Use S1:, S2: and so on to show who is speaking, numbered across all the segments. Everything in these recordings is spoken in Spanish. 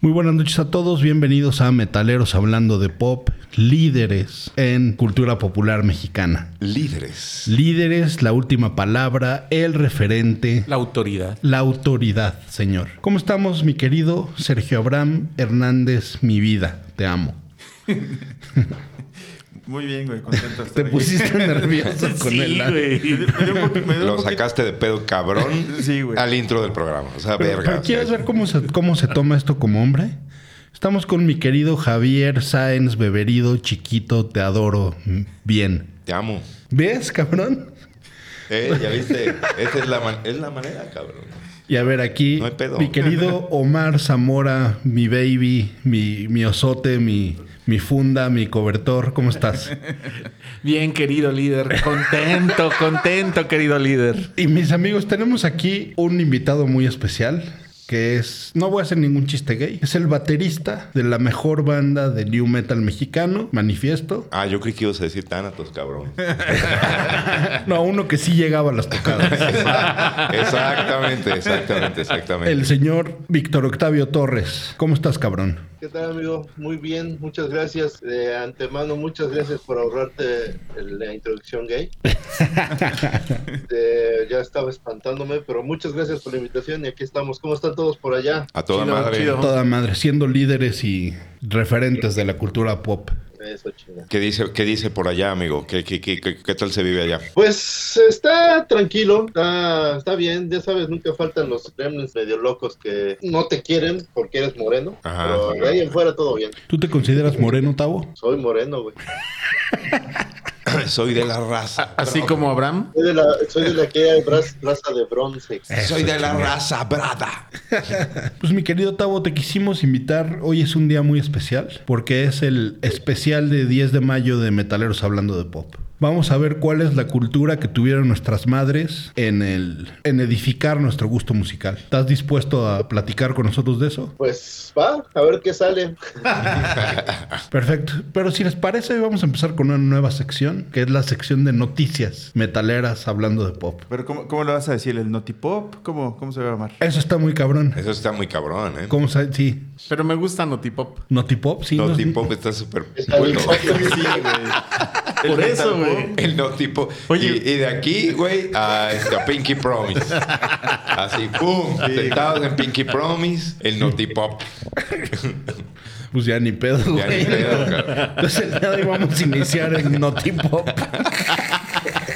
S1: Muy buenas noches a todos, bienvenidos a Metaleros Hablando de Pop, líderes en cultura popular mexicana.
S2: Líderes.
S1: Líderes, la última palabra, el referente,
S3: La autoridad.
S1: la autoridad, señor. ¿Cómo estamos, mi querido Sergio Abraham Hernández, mi vida? Te amo.
S4: Muy bien, güey, contento. de estar
S1: Te
S4: aquí.
S1: pusiste nervioso con
S3: Sí,
S1: el...
S3: güey.
S4: Me dio- me dio un poqui- me dio un
S2: Lo
S4: poquito-
S2: sacaste de pedo cabrón
S4: Sí, güey.
S2: al intro del programa. O sea,
S1: Pero,
S2: verga.
S1: pero ¿Quieres ver cómo se, cómo se toma esto como hombre? Estamos con mi querido Javier Sáenz Beberido, chiquito, te adoro, mm, bien.
S2: Te amo.
S1: ¿Ves, cabrón?
S2: Eh, ya viste. Esa es la, man- es la manera, cabrón.
S1: Y a ver, aquí,
S2: No hay pedo.
S1: mi querido Omar Zamora, mi baby, mi, mi osote, mi, mi funda, mi cobertor, ¿cómo estás?
S3: Bien, querido líder. Contento, contento, querido líder.
S1: Y mis amigos, tenemos aquí un invitado muy especial, que es, no voy a hacer ningún chiste gay, es el baterista de la mejor banda de New Metal mexicano, Manifiesto.
S2: Ah, yo creí que ibas a decir Thanatos, cabrón.
S1: No, uno que sí llegaba a las tocadas.
S2: exactamente, exactamente, exactamente.
S1: El señor Víctor Octavio Torres. ¿Cómo estás, cabrón?
S5: ¿Qué tal, amigo? Muy bien, muchas gracias. De antemano, muchas gracias por ahorrarte la introducción gay. Este, ya estaba espantándome, pero muchas gracias por la invitación y aquí estamos. ¿Cómo están todos por allá?
S2: A toda
S3: Chido,
S2: madre.
S3: chido.
S1: Toda madre, siendo líderes y referentes de la cultura pop.
S5: Eso, chinga.
S2: ¿Qué dice, ¿Qué dice por allá, amigo? ¿Qué, qué, qué, qué, qué tal se vive allá?
S5: Pues está tranquilo, está, está bien, ya sabes, nunca faltan los gremlins medio locos que no te quieren porque eres moreno,
S2: Ajá.
S5: pero de ahí en fuera todo bien.
S1: ¿Tú te consideras moreno, Tavo?
S5: Soy moreno, güey.
S2: Soy de la raza.
S3: Así
S2: brother.
S3: como Abraham.
S5: Soy de la, soy de la que hay braz- raza de bronce.
S2: Soy de la raza brada.
S1: Pues mi querido Tavo, te quisimos invitar. Hoy es un día muy especial porque es el especial de 10 de mayo de Metaleros Hablando de Pop. Vamos a ver cuál es la cultura que tuvieron nuestras madres en, el, en edificar nuestro gusto musical. ¿Estás dispuesto a platicar con nosotros de eso?
S5: Pues va, a ver qué sale.
S1: Perfecto. Pero si les parece, hoy vamos a empezar con una nueva sección, que es la sección de noticias metaleras hablando de pop.
S4: Pero ¿cómo, ¿cómo lo vas a decir? ¿El notipop? ¿Cómo, ¿Cómo se va a llamar?
S1: Eso está muy cabrón.
S2: Eso está muy cabrón, ¿eh?
S1: ¿Cómo se Sí.
S3: Pero me gusta Notipop.
S1: ¿Notipop? Sí.
S2: No,
S1: nos-
S2: tipo, está súper.
S5: Está
S2: bueno.
S5: bien.
S3: Por eso, güey.
S2: El no tipo.
S3: Oye.
S2: Y, y de aquí, güey, a, este, a Pinky Promise. Así, pum, sentados en Pinky Promise, el no tipo.
S1: Pues ya ni pedo.
S2: Ya ni
S1: güey.
S2: pedo, cabrón. Ah,
S1: Entonces, nada, y vamos a iniciar en Notipop.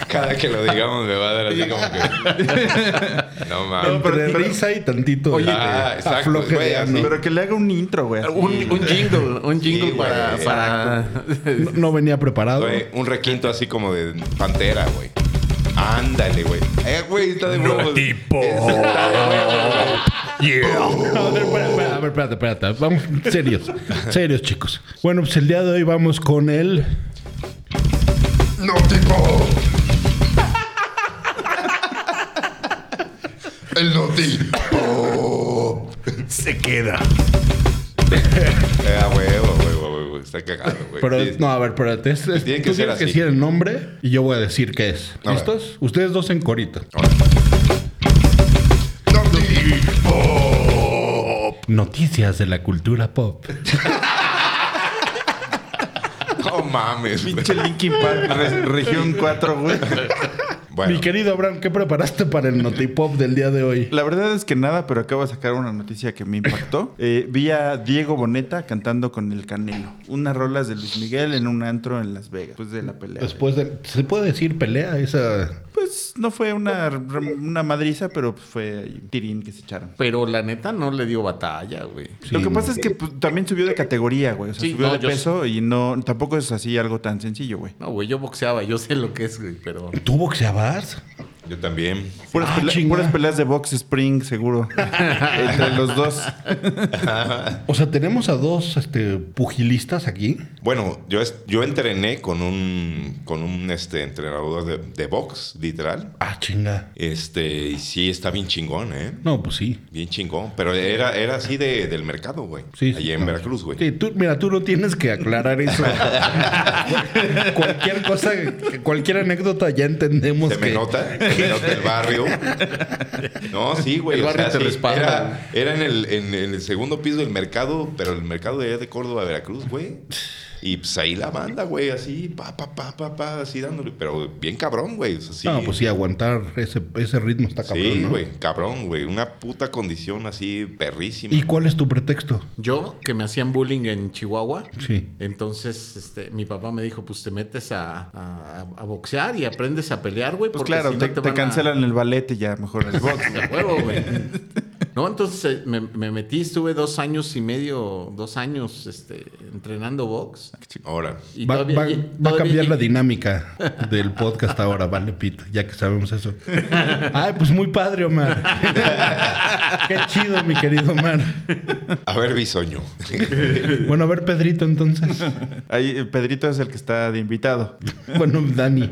S2: Cada que lo digamos me va a dar así como que. No mames.
S1: Entre risa y tantito.
S3: Oye,
S2: ah,
S1: de
S2: exacto,
S1: afloje
S2: güey,
S1: de
S2: así.
S1: ano.
S4: Pero que le haga un intro, güey. así.
S3: Un, un jingle, un jingle
S2: güey,
S3: para... para...
S1: No, no venía preparado.
S2: Güey, un requinto así como de pantera, güey. Ándale, güey. Eh, güey, está de huevos.
S6: tipo.
S2: Eso está de huevos, güey.
S1: A ver, espera, espera, a ver, espérate, espérate. Vamos, serios. Serios, chicos. Bueno, pues el día de hoy vamos con el...
S2: No tipo. El no tipo.
S6: Se queda.
S2: Eh, a huevo, huevo, huevo. Está cagado, güey.
S1: Pero,
S2: Sí.
S1: no, a ver, espérate. Es, es-
S2: Tiene que
S1: tú
S2: ser
S1: tienes que
S2: así.
S1: decir el nombre y yo voy a decir qué es.
S2: A ver.
S1: ¿Listos? Ustedes dos en corita. Noticias de la cultura pop.
S2: No mames. güey.
S4: Pinche Linkin Park, re- región 4, güey.
S2: Bueno,
S1: Mi querido Abraham, ¿qué preparaste para el Notipop del día de hoy?
S4: La verdad es que nada, pero acabo de sacar una noticia que me impactó. Eh, vi a Diego Boneta cantando con el Canelo. Unas rolas de Luis Miguel en un antro en Las Vegas, después de la pelea.
S1: Después de... ¿Se puede decir pelea esa...?
S4: Pues no fue una, re- una madriza, pero pues, fue ahí un tirín que se echaron.
S3: Pero la neta no le dio batalla, güey.
S4: Lo que
S1: Sí.
S4: pasa es que pues, también subió de categoría, güey. O sea,
S3: Sí,
S4: subió
S3: no,
S4: de
S3: yo
S4: peso y no tampoco es así algo tan sencillo, güey.
S3: No, güey, yo boxeaba, yo sé lo que es, güey, pero...
S1: ¿Tú boxeabas?
S2: Yo también.
S4: Puras,
S1: Ah,
S4: pela-
S1: chinga.
S4: puras peleas de Box Spring, seguro. Entre los dos.
S1: O sea, tenemos a dos este, pugilistas aquí.
S2: Bueno, yo, es- yo entrené con un, con un este, entrenador de, de box, literal.
S1: Ah, chinga.
S2: Este, y sí, está bien chingón, ¿eh?
S1: No, pues sí.
S2: Bien chingón. Pero era, era así de, del mercado, güey.
S1: Sí,
S2: Allí en
S1: no.
S2: Veracruz, güey.
S1: Sí, tú, mira, tú no tienes que aclarar eso. Cual- cualquier cosa, cualquier anécdota ya entendemos
S2: Se me
S1: que-
S2: nota, se me nota el barrio. No, sí, güey.
S3: El barrio te
S2: sí,
S3: respalda,
S2: Era, era en, el, en- en el segundo piso del mercado, pero el mercado era de Córdoba, Veracruz, güey. Y pues ahí la banda, güey, así, pa, pa, pa, pa, pa, así dándole. Pero bien cabrón, güey. o sea, sí.
S1: No, pues sí, aguantar ese, ese ritmo está cabrón,
S2: Sí,
S1: ¿no?
S2: güey, cabrón, güey. Una puta condición así perrísima.
S1: ¿Y cuál es tu pretexto?
S3: Yo, que me hacían bullying en Chihuahua.
S1: Sí.
S3: Entonces, este, mi papá me dijo, pues te metes a, a- a boxear y aprendes a pelear, güey.
S4: Pues
S3: porque
S4: claro,
S3: si no
S4: te, te
S3: van a-
S4: cancelan el ballet y ya mejor el box.
S3: De huevo, güey. No, entonces eh, me, me metí, estuve dos años y medio, dos años este, entrenando box.
S2: Ahora.
S3: Y
S1: Va,
S3: todavía-
S1: va-
S3: y-
S1: va a
S3: todavía-
S1: cambiar la dinámica del podcast ahora, vale, Pete, ya que sabemos eso. Ay, pues muy padre, Omar. Qué chido, mi querido Omar.
S2: A ver, bisoño.
S1: Bueno, a ver, Pedrito, entonces.
S4: Ahí, eh, Pedrito es el que está de invitado.
S1: Bueno, Dani.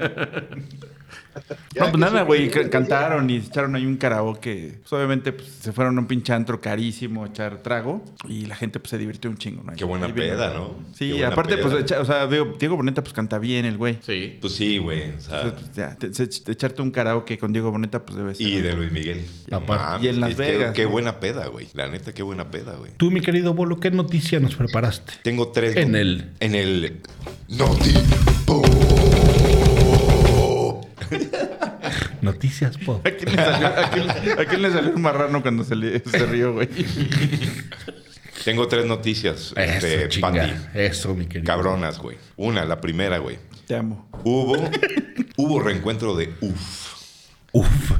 S4: no,
S5: Ya,
S4: pues
S5: que
S4: nada,
S5: se
S4: güey.
S5: olvide,
S4: ca-
S5: ya.
S4: Cantaron y echaron ahí un karaoke. Pues obviamente pues, se fueron a un pinche antro carísimo a echar trago. Y la gente pues se divirtió un chingo. ¿no?
S2: Qué buena
S4: Ahí vino.
S2: peda, ¿no? Qué
S4: Sí,
S2: buena
S4: aparte,
S2: peda.
S4: pues, echa- o sea, digo, Diego Boneta pues canta bien el güey.
S3: Sí.
S2: Pues sí, güey. O sea,
S4: Entonces, pues, ya, te- se- echarte un karaoke con Diego Boneta pues debe ser.
S2: y de Luis Miguel.
S1: Aparte.
S2: Mames,
S4: Y en Las
S2: qué-
S4: Vegas,
S2: Qué
S4: ¿no?
S2: buena peda, güey. La neta, qué buena peda, güey.
S1: Tú, mi querido Bolo, ¿qué noticia nos preparaste?
S2: Tengo tres.
S1: En
S2: do-
S1: el-
S2: En el. Noti.
S1: Noticias Pop.
S4: ¿A quién, le salió, a quién- a quién le salió un marrano cuando se, le- se rió, güey?
S2: Tengo tres noticias.
S1: Eso,
S2: este,
S1: chinga.
S2: Pati.
S1: Eso, mi querido.
S2: Cabronas, güey. Una, la primera, güey.
S4: Te amo.
S2: Hubo. hubo reencuentro de UF.
S1: Uf.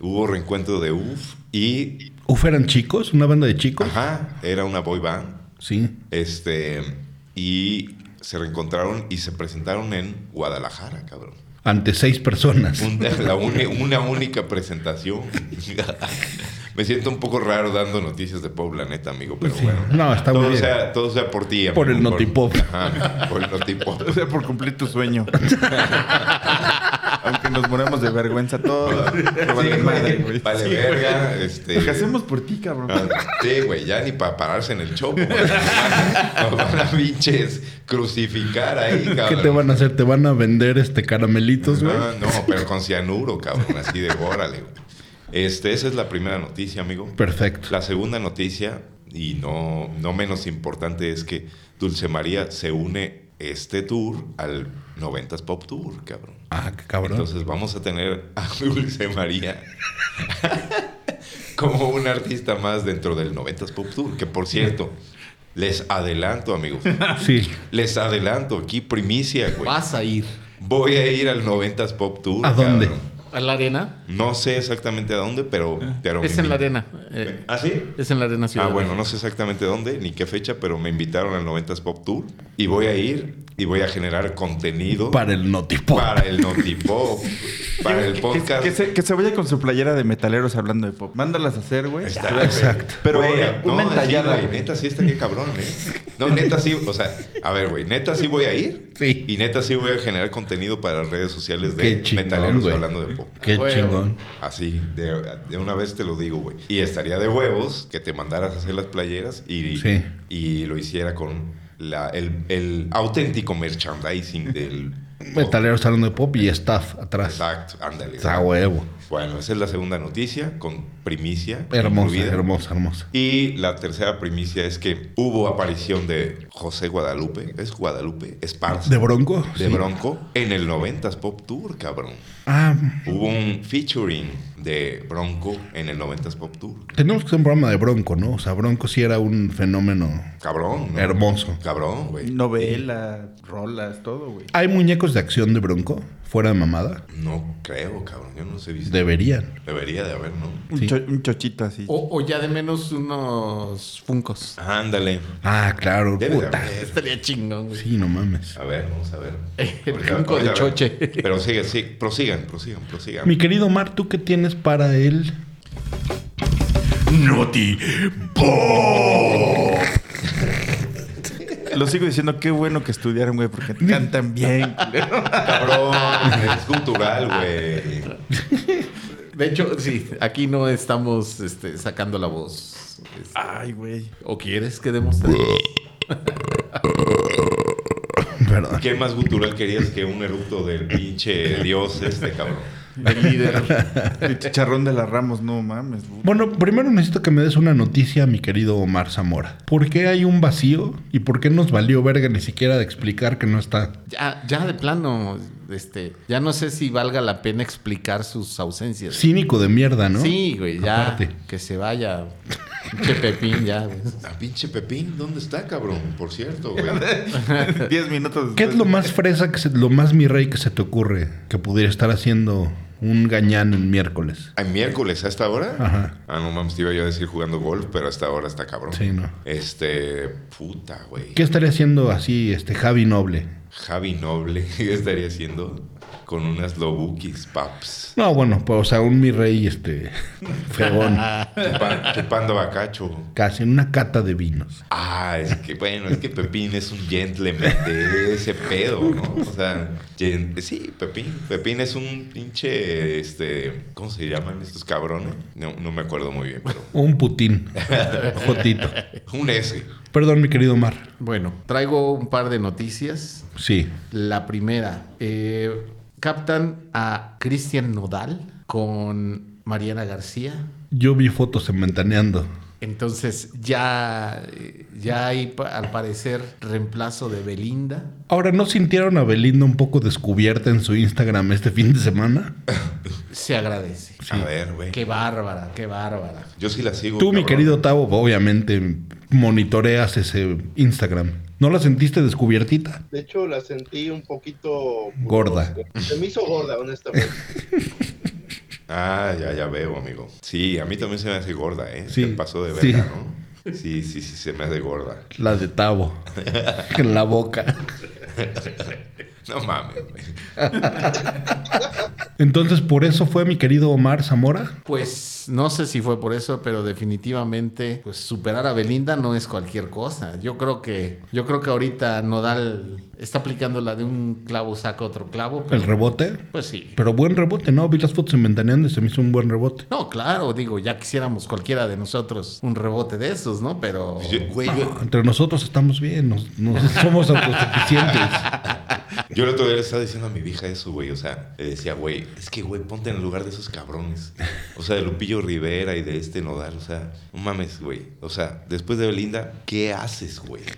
S2: Hubo reencuentro de UF. Y.
S1: Uf, eran chicos, una banda de chicos.
S2: Ajá. Era una boy band.
S1: Sí.
S2: Este. Y se reencontraron y se presentaron en Guadalajara, cabrón.
S1: Ante seis personas.
S2: Un- la uni- una única presentación. Me siento un poco raro dando noticias de Pop, la neta, amigo, Pues, pero
S1: Sí.
S2: bueno.
S1: No, está muy
S2: todo
S1: bien.
S2: Sea, todo sea por ti, amigo.
S1: Por el Notipop.
S2: Ajá, por el Notipop.
S4: O sea, por cumplir tu sueño. Aunque nos moremos de vergüenza todos. Pero vale
S2: Sí,
S4: madre, güey.
S2: Vale,
S4: Sí, güey.
S2: verga.
S4: Lo que
S2: Este,
S4: hacemos por ti, cabrón.
S2: ah, sí, güey, ya ni para pararse en el chopo. güey. Nos van- nos van a pinches crucificar ahí, cabrón.
S1: ¿Qué te van a hacer? ¿Te van a vender este caramelitos, güey?
S2: Ah, no, pero con cianuro, cabrón, así de órale, güey. Este, esa es la primera noticia, amigo.
S1: Perfecto.
S2: La segunda noticia, y no, no menos importante, es que Dulce María se une este tour al 90s Pop Tour, cabrón.
S1: Ah, qué cabrón.
S2: Entonces vamos a tener a Dulce María como un artista más dentro del 90s Pop Tour, que por cierto, les adelanto, amigos.
S1: sí.
S2: Les adelanto, aquí primicia, güey.
S3: Vas a ir
S2: Voy a ir al 90s Pop Tour.
S1: ¿A dónde?
S3: a la arena.
S2: No sé exactamente a dónde, pero... pero
S3: es
S2: me
S3: en la
S2: invi-
S3: arena. eh,
S2: ¿Ah, sí?
S3: es en la arena ciudad.
S2: Ah, bueno, no sé exactamente dónde ni qué fecha, pero me invitaron al 90s Pop Tour y voy a ir y voy a generar contenido para,
S1: Para el Notipop.
S2: el Notipop, para el
S4: Que-
S2: podcast.
S4: Que, se, que se vaya con su playera de metaleros hablando de pop. Mándalas a hacer, güey.
S2: Está,
S4: Pero-
S1: Ah, Exacto.
S4: Pero
S2: Güey,
S4: una
S2: no, sí,
S4: entallada,
S2: güey,
S4: güey.
S2: neta sí está que cabrón, ¿eh? No, neta sí, o sea, a ver, güey, neta sí voy a ir
S1: Sí.
S2: y neta sí voy a generar contenido para las redes sociales de
S1: Qué chingón,
S2: metaleros
S1: güey.
S2: hablando de pop.
S1: Qué
S3: Bueno.
S1: chingón.
S2: Así, de, de una vez te lo digo, güey. Y estaría de huevos que te mandaras a hacer las playeras y,
S1: Sí.
S2: y lo hiciera con la, el, el auténtico merchandising del...
S1: Metalero Salón de Pop y staff atrás.
S2: Exacto, ándale.
S1: Está huevo.
S2: Bueno, esa es la segunda noticia con primicia.
S1: Hermosa,
S2: incluida.
S1: hermosa, hermosa.
S2: Y la tercera primicia es que hubo aparición de José Guadalupe, es Guadalupe Esparza,
S1: ¿De Bronco?
S2: de
S1: Sí.
S2: Bronco, en el 90s Pop Tour, cabrón.
S1: Ah,
S2: Hubo un featuring de Bronco en el 90s Pop Tour.
S1: tenemos que hacer un programa de Bronco, ¿no? O sea, Bronco sí era un fenómeno.
S2: Cabrón. ¿no?
S1: Hermoso.
S2: Cabrón, güey.
S4: Novela, rolas, todo, güey.
S1: ¿Hay muñecos de acción de Bronco? Fuera de mamada.
S2: No creo, cabrón. Yo no los he visto.
S1: Deberían.
S2: Debería de haber, ¿no?
S4: Un,
S1: Sí.
S4: cho- un chochito así.
S3: O, o ya de menos unos funcos.
S2: Ándale.
S1: Ah, claro.
S2: Debe de
S1: puta.
S2: haber.
S3: Estaría chingón, güey.
S1: Sí, no mames.
S2: A ver, vamos a ver.
S3: este- El
S2: Ahorita-
S3: junco de
S2: ahorita a ver.
S3: choche.
S2: Pero sigue, sí, prosigan, prosigan, prosigan.
S1: Mi querido Mar, ¿tú qué tienes para él?
S2: Noti.
S4: Lo sigo diciendo, qué bueno que estudiaron, güey, porque cantan bien. culero.
S2: Cabrón, es cultural, güey.
S3: De hecho, sí, aquí no estamos este, sacando la voz. Es-
S4: Ay, güey.
S3: ¿O quieres que demostre?
S1: Perdón.
S2: ¿Qué más cultural querías que un eructo del pinche dios este, cabrón?
S3: El líder.
S4: El chicharrón de las Ramos, no mames. bu-
S1: Bueno, primero necesito que me des una noticia, mi querido Omar Zamora. ¿Por qué hay un vacío y por qué nos valió verga ni siquiera de explicar que no está?
S3: Ya, ya de plano, este, ya no sé si valga la pena explicar sus ausencias.
S1: Cínico de mierda, ¿no?
S3: Sí, güey, ya
S1: Aparte.
S3: que se vaya. Che Pepín, ya, güey.
S2: A pinche Pepín, ¿dónde está, cabrón? Por cierto, güey.
S4: Diez minutos
S1: ¿Qué es lo más fresa, que se- lo más mi rey que se te ocurre que pudiera estar haciendo un gañán el miércoles?
S2: ¿A miércoles a esta hora?
S1: Ajá.
S2: Ah, no mames, te iba yo a decir jugando golf, pero a esta hora está cabrón.
S1: Sí, no.
S2: Este, puta, güey.
S1: ¿Qué estaría haciendo así este Javi Noble?
S2: Javi Noble, ¿qué estaría haciendo? Con unas lobukis, paps.
S1: No, bueno, pues, o sea, un mi rey este fregón,
S2: Chupa- Chupando bacacho.
S1: casi en una cata de vinos.
S2: Ah, es que bueno, es que Pepín es un gentleman de ese pedo, ¿no? O sea, gen- sí, Pepín. Pepín es un pinche, este, ¿cómo se llaman estos cabrones? No, no me acuerdo muy bien, pero
S1: O un putín. Jotito.
S2: un S.
S1: Perdón, mi querido Mar.
S3: Bueno, traigo un par de noticias.
S1: Sí.
S3: La primera, eh, captan a Cristian Nodal con Mariana García.
S1: Yo vi fotos en Ventaneando.
S3: Entonces ya, eh, ya hay pa- al parecer reemplazo de Belinda.
S1: Ahora, ¿no sintieron a Belinda un poco descubierta en su Instagram este fin de semana?
S3: Se agradece.
S2: A ver, güey.
S3: Qué bárbara, qué bárbara.
S2: Yo sí la sigo.
S1: Tú, mi
S2: cabrón.
S1: querido Tavo, obviamente monitoreas ese Instagram. ¿No la sentiste descubiertita?
S5: De hecho, la sentí un poquito...
S1: Gorda.
S5: Se me hizo gorda, honestamente.
S2: Ah, ya, ya veo, amigo. Sí, a mí también se me hace gorda, ¿eh?
S1: Sí.
S2: Sí. paso de
S1: Sí.
S2: verga, ¿no? Sí, sí, sí, se me hace gorda.
S1: La de Tavo. en la boca.
S2: No mames, güey.
S1: Entonces, por eso fue mi querido Omar Zamora.
S3: Pues no sé si fue por eso, pero definitivamente pues superar a Belinda no es cualquier cosa. Yo creo que yo creo que ahorita Nodal está aplicando la de un clavo saca otro clavo,
S1: El
S3: pero
S1: rebote.
S3: pues sí.
S1: Pero buen rebote, ¿no? Vi las fotos en Ventaneando y se me hizo un buen rebote.
S3: No, claro, digo, ya quisiéramos cualquiera de nosotros un rebote de esos, ¿no? Pero
S2: Pues yo- güey, yo,
S1: No, entre nosotros estamos bien, nos, nos- somos autosuficientes.
S2: Yo el otro día le estaba diciendo a mi vieja eso, güey. O sea, le decía, güey, es que, güey, ponte en el lugar de esos cabrones. O sea, de Lupillo Rivera y de este Nodal. O sea, no mames, güey. O sea, después de Belinda, ¿qué haces, güey?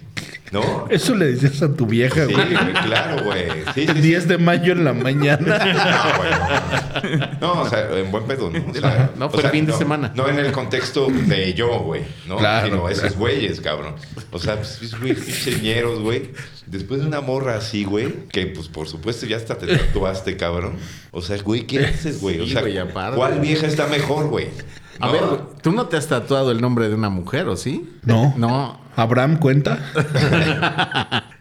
S2: ¿No?
S1: Eso le decías a tu vieja,
S2: Sí,
S1: güey.
S2: güey, claro, güey. Sí,
S1: El
S2: sí, sí.
S1: 10 de mayo en la mañana.
S2: No, güey, no, no, o sea, en buen pedo, ¿no? O sea,
S3: No,
S2: o
S3: fue el
S2: sea,
S3: fin de semana.
S2: No en el contexto de yo, güey, ¿no?
S1: Claro,
S2: Sino esos
S1: claro.
S2: güeyes, cabrón. O sea, pues, esos güeyes picheñeros, güey. Después de una morra así, güey, que pues por supuesto ya hasta te tatuaste, cabrón. O sea, güey, ¿qué haces, güey? O
S3: Sí,
S2: sea,
S3: güey, aparte.
S2: ¿cuál vieja está mejor, güey?
S3: a
S2: ¿No?
S3: ver, güey, tú no te has tatuado el nombre de una mujer, ¿o sí?
S1: No.
S3: No,
S1: ¿Abraham cuenta?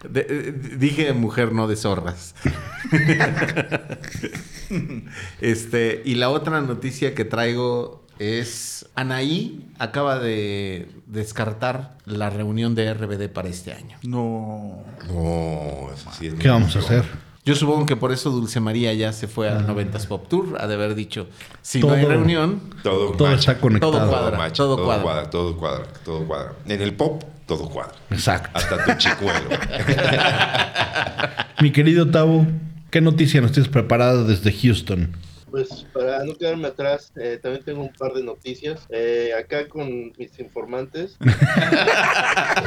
S3: De- eh, dije mujer, no de zorras. este, y la otra noticia que traigo es Anaí acaba de descartar la reunión de RBD para este año.
S4: No.
S2: No, eso sí es
S1: ¿Qué vamos a
S2: mucho.
S1: hacer?
S3: Yo supongo que por eso Dulce María ya se fue al 90s Pop Tour, ha de haber dicho, si no hay
S1: Todo.
S3: reunión,
S2: Todo,
S1: Todo
S2: macha,
S1: está conectado.
S3: Todo cuadra.
S2: macha,
S3: todo cuadra.
S2: todo cuadra, todo cuadra. En el pop, todo cuadra.
S1: Exacto.
S2: Hasta tu chicuelo.
S1: Mi querido Tavo, ¿qué noticia nos tienes preparada desde Houston?
S5: pues para no quedarme atrás, eh, también tengo un par de noticias. Eh, acá con mis informantes.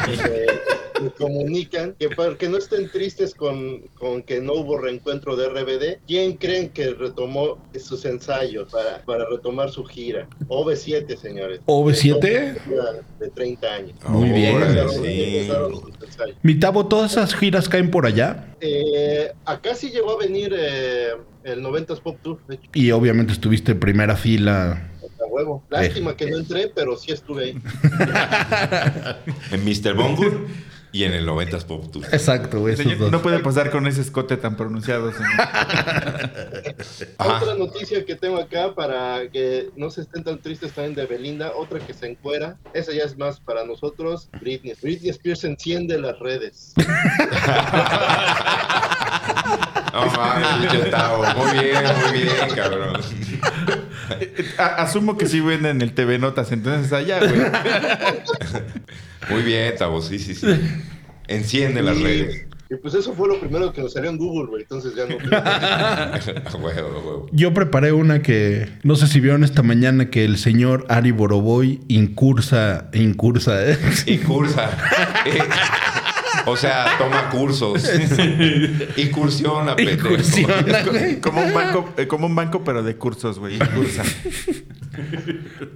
S5: Eh, me comunican que para que no estén tristes con, con que no hubo reencuentro de RBD, ¿quién creen que retomó sus ensayos para, para retomar su gira? OV7, señores.
S1: ¿OV7?
S5: De 30 años.
S1: Muy bien.
S2: Órale,
S5: Regresaron-
S2: sí.
S5: regresaron sus ensayos.
S1: Mi Tavo, todas esas giras caen por allá.
S5: Eh, acá sí llegó a venir eh, el 90s Pop Tour, de hecho,
S1: Y obviamente estuviste en primera fila.
S5: a huevo. Lástima que no entré, pero sí estuve ahí.
S2: En Mr. Bungle y en el 90s Pop Tour.
S1: Exacto, güey, esos
S4: Señor,
S1: dos.
S4: no puede pasar con ese escote tan pronunciado, señor.
S2: Ajá.
S5: Otra noticia que tengo acá para que no se estén tan tristes también de Belinda, otra que se encuera, esa ya es más para nosotros, Britney. Britney Spears enciende las redes.
S2: No mames, pinche Tavo. Muy bien, muy bien, cabrón.
S4: A- asumo que sí venden el TV Notas, entonces allá, güey.
S2: Muy bien, Tavo. Sí, sí, sí. Enciende las
S5: Y-
S2: redes.
S5: Y pues eso fue lo primero que nos salió en Google, güey, entonces ya no.
S1: Ah,
S2: A huevo, a huevo.
S1: Yo preparé una que no sé si vieron esta mañana que el señor Ari Boroboy incursa, incursa, ¿eh?
S2: Y cursa. O sea, toma cursos. Incursiona, pendejo.
S1: Incursiona, güey.
S4: Como un banco, eh, como un banco pero de cursos, güey. Cursa.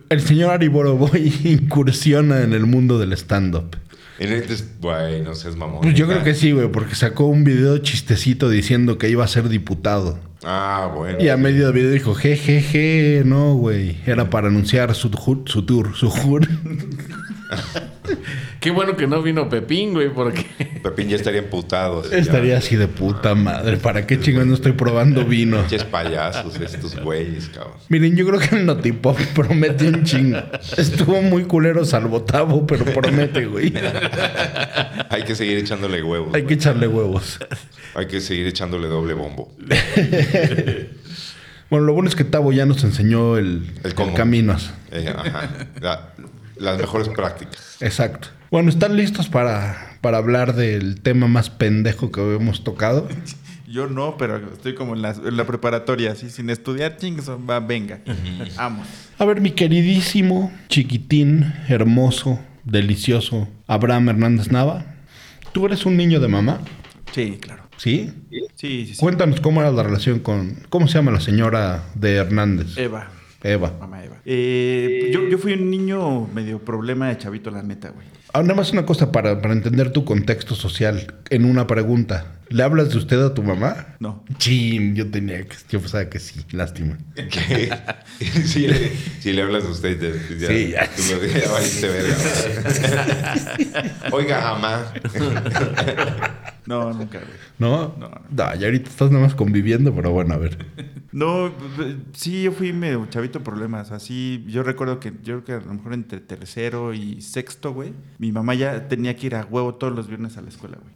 S1: El señor Ari Boroboy incursiona en el mundo del stand-up.
S2: En este es- güey, no seas mamón.
S1: Pues yo creo
S2: neta.
S1: que sí, güey, porque sacó un video chistecito diciendo que iba a ser diputado.
S2: Ah, bueno.
S1: Y a medio del video dijo, jejeje, no, güey. Era para anunciar su, ju- su tour, su tour.
S3: Qué bueno que no vino Pepín, güey, porque
S2: Pepín ya estaría emputado. así, ya.
S1: Estaría así de puta madre. ¿Para qué chingón no estoy probando vino?
S2: Pinches payasos estos güeyes, cabrón.
S1: Miren, yo creo que el Notipop promete un chingo. Estuvo muy culero salvo Tavo, pero promete, güey.
S2: Hay que seguir echándole huevos.
S1: Hay que echarle huevos.
S2: Hay que seguir echándole doble bombo.
S1: Bueno, lo bueno es que Tavo ya nos enseñó el,
S2: El
S1: el
S2: cómo.
S1: camino.
S2: Eh, ajá. La- las mejores prácticas.
S1: Exacto. Bueno, ¿están listos para, para hablar del tema más pendejo que hemos tocado?
S4: Yo no, pero estoy como en la, en la preparatoria, así, sin estudiar, chingues, va, venga. Vamos.
S1: A ver, mi queridísimo, chiquitín, hermoso, delicioso, Abraham Hernández Nava. Tú eres un niño de mamá,
S4: Sí, claro.
S1: ¿sí?
S4: Sí, sí, sí.
S1: Cuéntanos cómo era la relación con... ¿Cómo se llama la señora de Hernández?
S4: Eva.
S1: Eva.
S4: Mamá Eva. Eh, yo, yo fui un niño medio problema de chavito, la neta, güey.
S1: Ah, nada más una cosa para, para entender tu contexto social en una pregunta. ¿Le hablas de usted a tu mamá?
S4: No.
S1: Chin, yo tenía que... Yo pensaba que sí, lástima.
S2: Que- si, le, si le hablas a usted, ya- ya-
S1: Sí, ya.
S2: tú lo- ya valiste verga. Oiga, jamás.
S4: No, nunca, güey.
S1: ¿No?
S4: No, no.
S1: No, ya ahorita estás nada más conviviendo, pero bueno, a ver.
S4: No, b- b- sí, yo fui medio chavito problemas. Así, yo recuerdo que yo creo que a lo mejor entre tercero y sexto, güey, mi mamá ya tenía que ir a huevo todos los viernes a la escuela, güey.